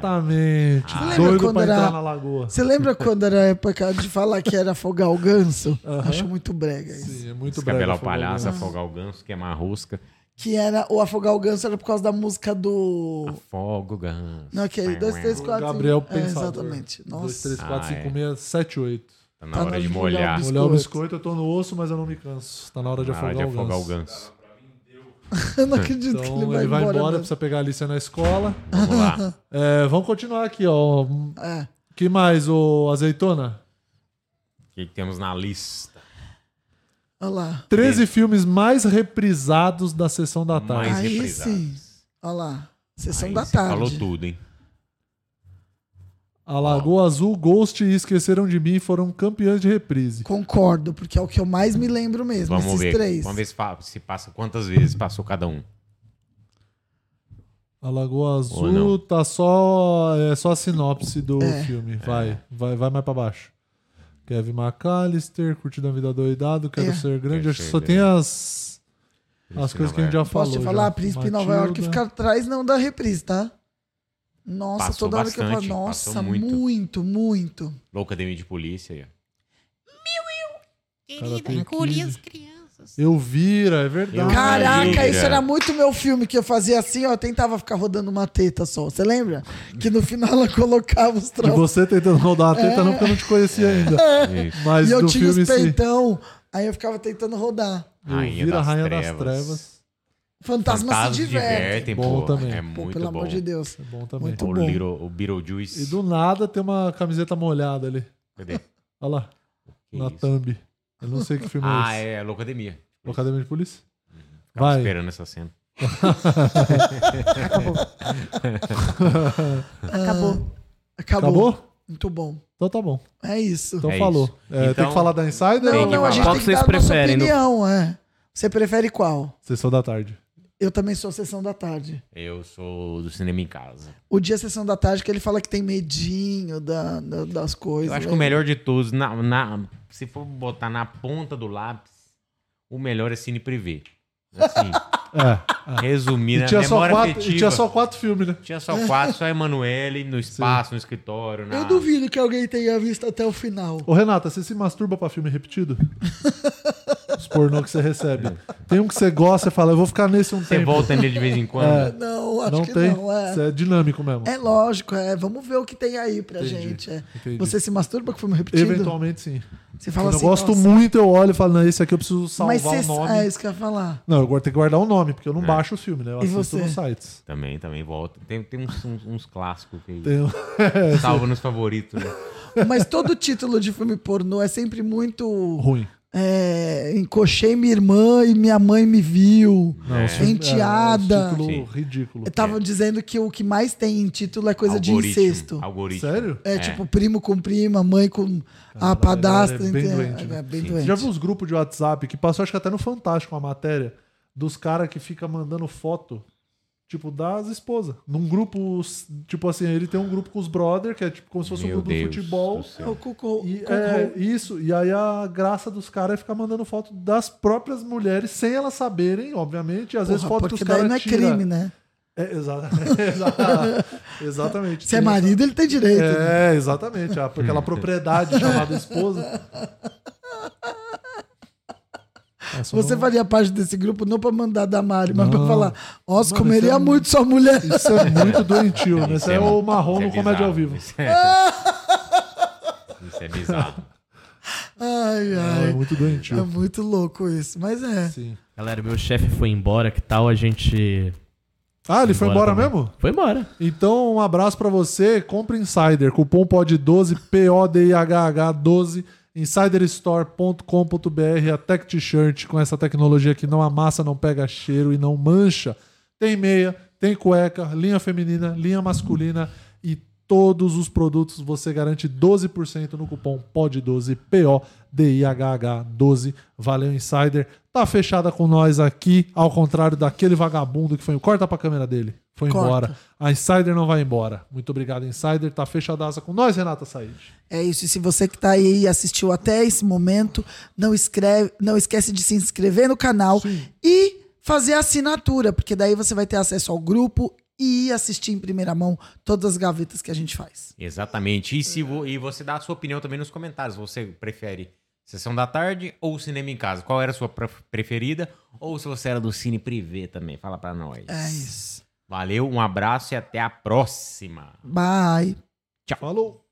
Exatamente. Você lembra Doido quando pra entrar era- na lagoa. Você lembra quando era a época de falar que era afogar o ganso? Acho muito brega isso. Sim, é muito breve. Descabelar o palhaço, né? é afogar o ganso, queimar a rosca. Que era o afogar o ganso era por causa da música do. Afoga o ganso. Não, aquele. Dois, três, quatro. cinco. Gabriel né? é, Pensador. Exatamente. 2, Nossa. 3, 4, Ah, é. 5, 6, 7, 8. Tá Tá na na hora de hora de molhar. molhar Olhar o Biscoito. biscoito, eu tô no osso, mas eu não me canso. Tá na hora de Na hora afogar, de afogar o ganso. Eu não acredito Então que ele vai, embora, mesmo. precisa pegar a Alicia na escola. Vamos lá. É, vamos continuar aqui, ó. É. que mais, ô azeitona? O que, que temos na lista? Olha lá. 13 filmes mais reprisados da sessão da tarde. Mais Aí reprisadas. Olha lá. Sessão Aí da você tarde. Falou tudo, hein? A Lagoa Azul, Ghost e Esqueceram de Mim foram campeões de reprise. Concordo, porque é o que eu mais me lembro mesmo. Vamos esses ver. três. Vamos ver se, fa- se passa quantas vezes passou cada um. A Lagoa Ou não? Azul tá só. É só a sinopse do É. filme. Vai, vai, vai mais pra baixo. Kevin McAllister, Curtindo a Vida Doidado, Quero É. Ser Grande. Quero Acho que Ser só tem as. As Príncipe coisas que a gente já falou. Posso te já. falar, Príncipe em Nova York Matilda. ficar atrás não dá reprise, tá? Nossa, Passou toda hora que eu bastante, falo, nossa, passou muito. muito, muito. Louca Academia de Polícia. aí, ó. Cara, tem né? 15. Eu vira, é verdade. Caraca, Maravilha. isso era muito meu filme que eu fazia assim, ó, eu tentava ficar rodando uma teta só. Você lembra? Que no final ela colocava os E troços. você tentando rodar a teta, não, porque eu não te conhecia ainda. É. Isso. Mas E eu do tinha filme os sim. peitão, aí eu ficava tentando rodar. Eu Rainha vira das Rainha das Trevas. Trevas. Fantasma, Fantasmas se diverte. divertem, Bom pô. também. É Pô, Pô, muito pelo bom. amor de Deus. É bom também. Muito O, bom. Little, o E Beetlejuice. do nada tem uma camiseta molhada ali. Cadê? Que Olha lá, na isso? thumb. Eu não sei que filme Ah, é esse. é Loucademia. O Academia de Polícia? Ficava Vai. esperando essa cena. Acabou. Acabou. Acabou? Muito bom. Então tá bom. É isso. Então É falou. isso. É, Tem Então- que falar da Insider? não, que não, a gente tem falar. Qual que vocês dar a nossa preferem no- opinião, é. Você prefere qual? Sessão da tarde. Eu também sou Sessão da Tarde. Eu sou do cinema em casa. O dia é Sessão da Tarde que ele fala que tem medinho da, da- das coisas. Eu acho que o né? melhor de todos, na, na- se for botar na ponta do lápis, o melhor é Cine Privé. Assim, É. resumindo, E a tinha, só memória quatro, afetiva. e tinha só quatro filmes, né? Tinha só quatro, só Emanuele no espaço, no escritório. Na... Eu duvido que alguém tenha visto até o final. Ô, Renata, você se masturba pra filme repetido? Os pornô que você recebe. Tem um que você gosta, você fala, eu vou ficar nesse um Você tempo. É, volta nele de vez em quando. Não, acho não que tem? não. É. Isso é dinâmico mesmo. é lógico, é. Vamos ver o que tem aí pra Entendi, gente. é. entendi. Você se masturba com filme repetido? Eventualmente, sim. Você Quando fala assim, eu gosto nossa, muito, eu olho e falo, não, esse aqui eu preciso salvar mas você o nome. É isso que eu ia falar. Não, eu guardo- tenho que guardar o nome, porque eu É. não baixo o filme, né? Eu E assisto você? nos sites. Também, também volta. Tem, tem uns, uns- uns clássicos que Tem- É, salva nos favoritos. né? Mas todo título de filme pornô é sempre muito Ruim. é, encoxei minha irmã e minha mãe me viu. Não, isso é- Enteada. É, um título Sim. ridículo. Estavam dizendo que o que mais tem em título é coisa de incesto. Algoritmo. Sério? É, tipo, primo com prima, mãe com a é padastra. bem entendeu? doente, né? É bem Você doente. Já viu uns grupos de WhatsApp que passou, acho que até no Fantástico, uma matéria dos caras que fica mandando foto, tipo, das esposas. Num grupo, tipo assim, ele tem um grupo com os brother, que é tipo como se fosse um Meu grupo Deus. de futebol. do céu. É o Cucu. E, Cucu. é, isso, e aí a graça dos caras é ficar mandando foto das próprias mulheres sem elas saberem, obviamente, e às vezes Porra, foto que os porque daí caras não é tira. crime, né? É, exatamente. Exa- exatamente. Se é Tem essa- marido, ele tem direito. né? É, exatamente. a- Aquela propriedade chamada esposa. Essa É, Você não- faria parte desse grupo não pra mandar da Mari, mas pra Não. falar, nossa, Mano, comeria isso é- muito sua mulher. Isso é muito doentio. né? Isso é, o marrom isso é no comédia ao bizarro, vivo. Isso é, isso é bizarro. Ai, Não, é ai. muito doentio. É muito louco isso, mas é. Sim. Galera, meu chefe foi embora, que tal a gente. Ah, ele foi embora, Embora também. mesmo? Foi embora. Então, um abraço pra você. Compre Insider. Cupom POD12, P-O-D-I-H-H-12. Insiderstore.com.br. A Tech T-Shirt com essa tecnologia que não amassa, não pega cheiro e não mancha. Tem meia, tem cueca, linha feminina, linha masculina e todos os produtos você garante 12% no cupom POD12, P-O-D-I-H-H-12. Valeu, Insider. Tá fechada com nós aqui, ao contrário daquele vagabundo que foi... Corta pra câmera dele. Foi Corta. embora. A Insider não vai embora. Muito obrigado, Insider. Tá fechadaça com nós, Renata Said. É isso. E se você que tá aí e assistiu até esse momento, não, escreve, não esquece de se inscrever no canal e fazer a assinatura, porque daí você vai ter acesso ao grupo e assistir em primeira mão todas as gavetas que a gente faz. Exatamente. E, se vo- e você dá a sua opinião também nos comentários. Você prefere sessão da tarde ou cinema em casa? Qual era a sua pref- preferida? Ou se você era do cine privê também? Fala pra nós. É isso. Valeu, um abraço e até a próxima. Bye. Falou!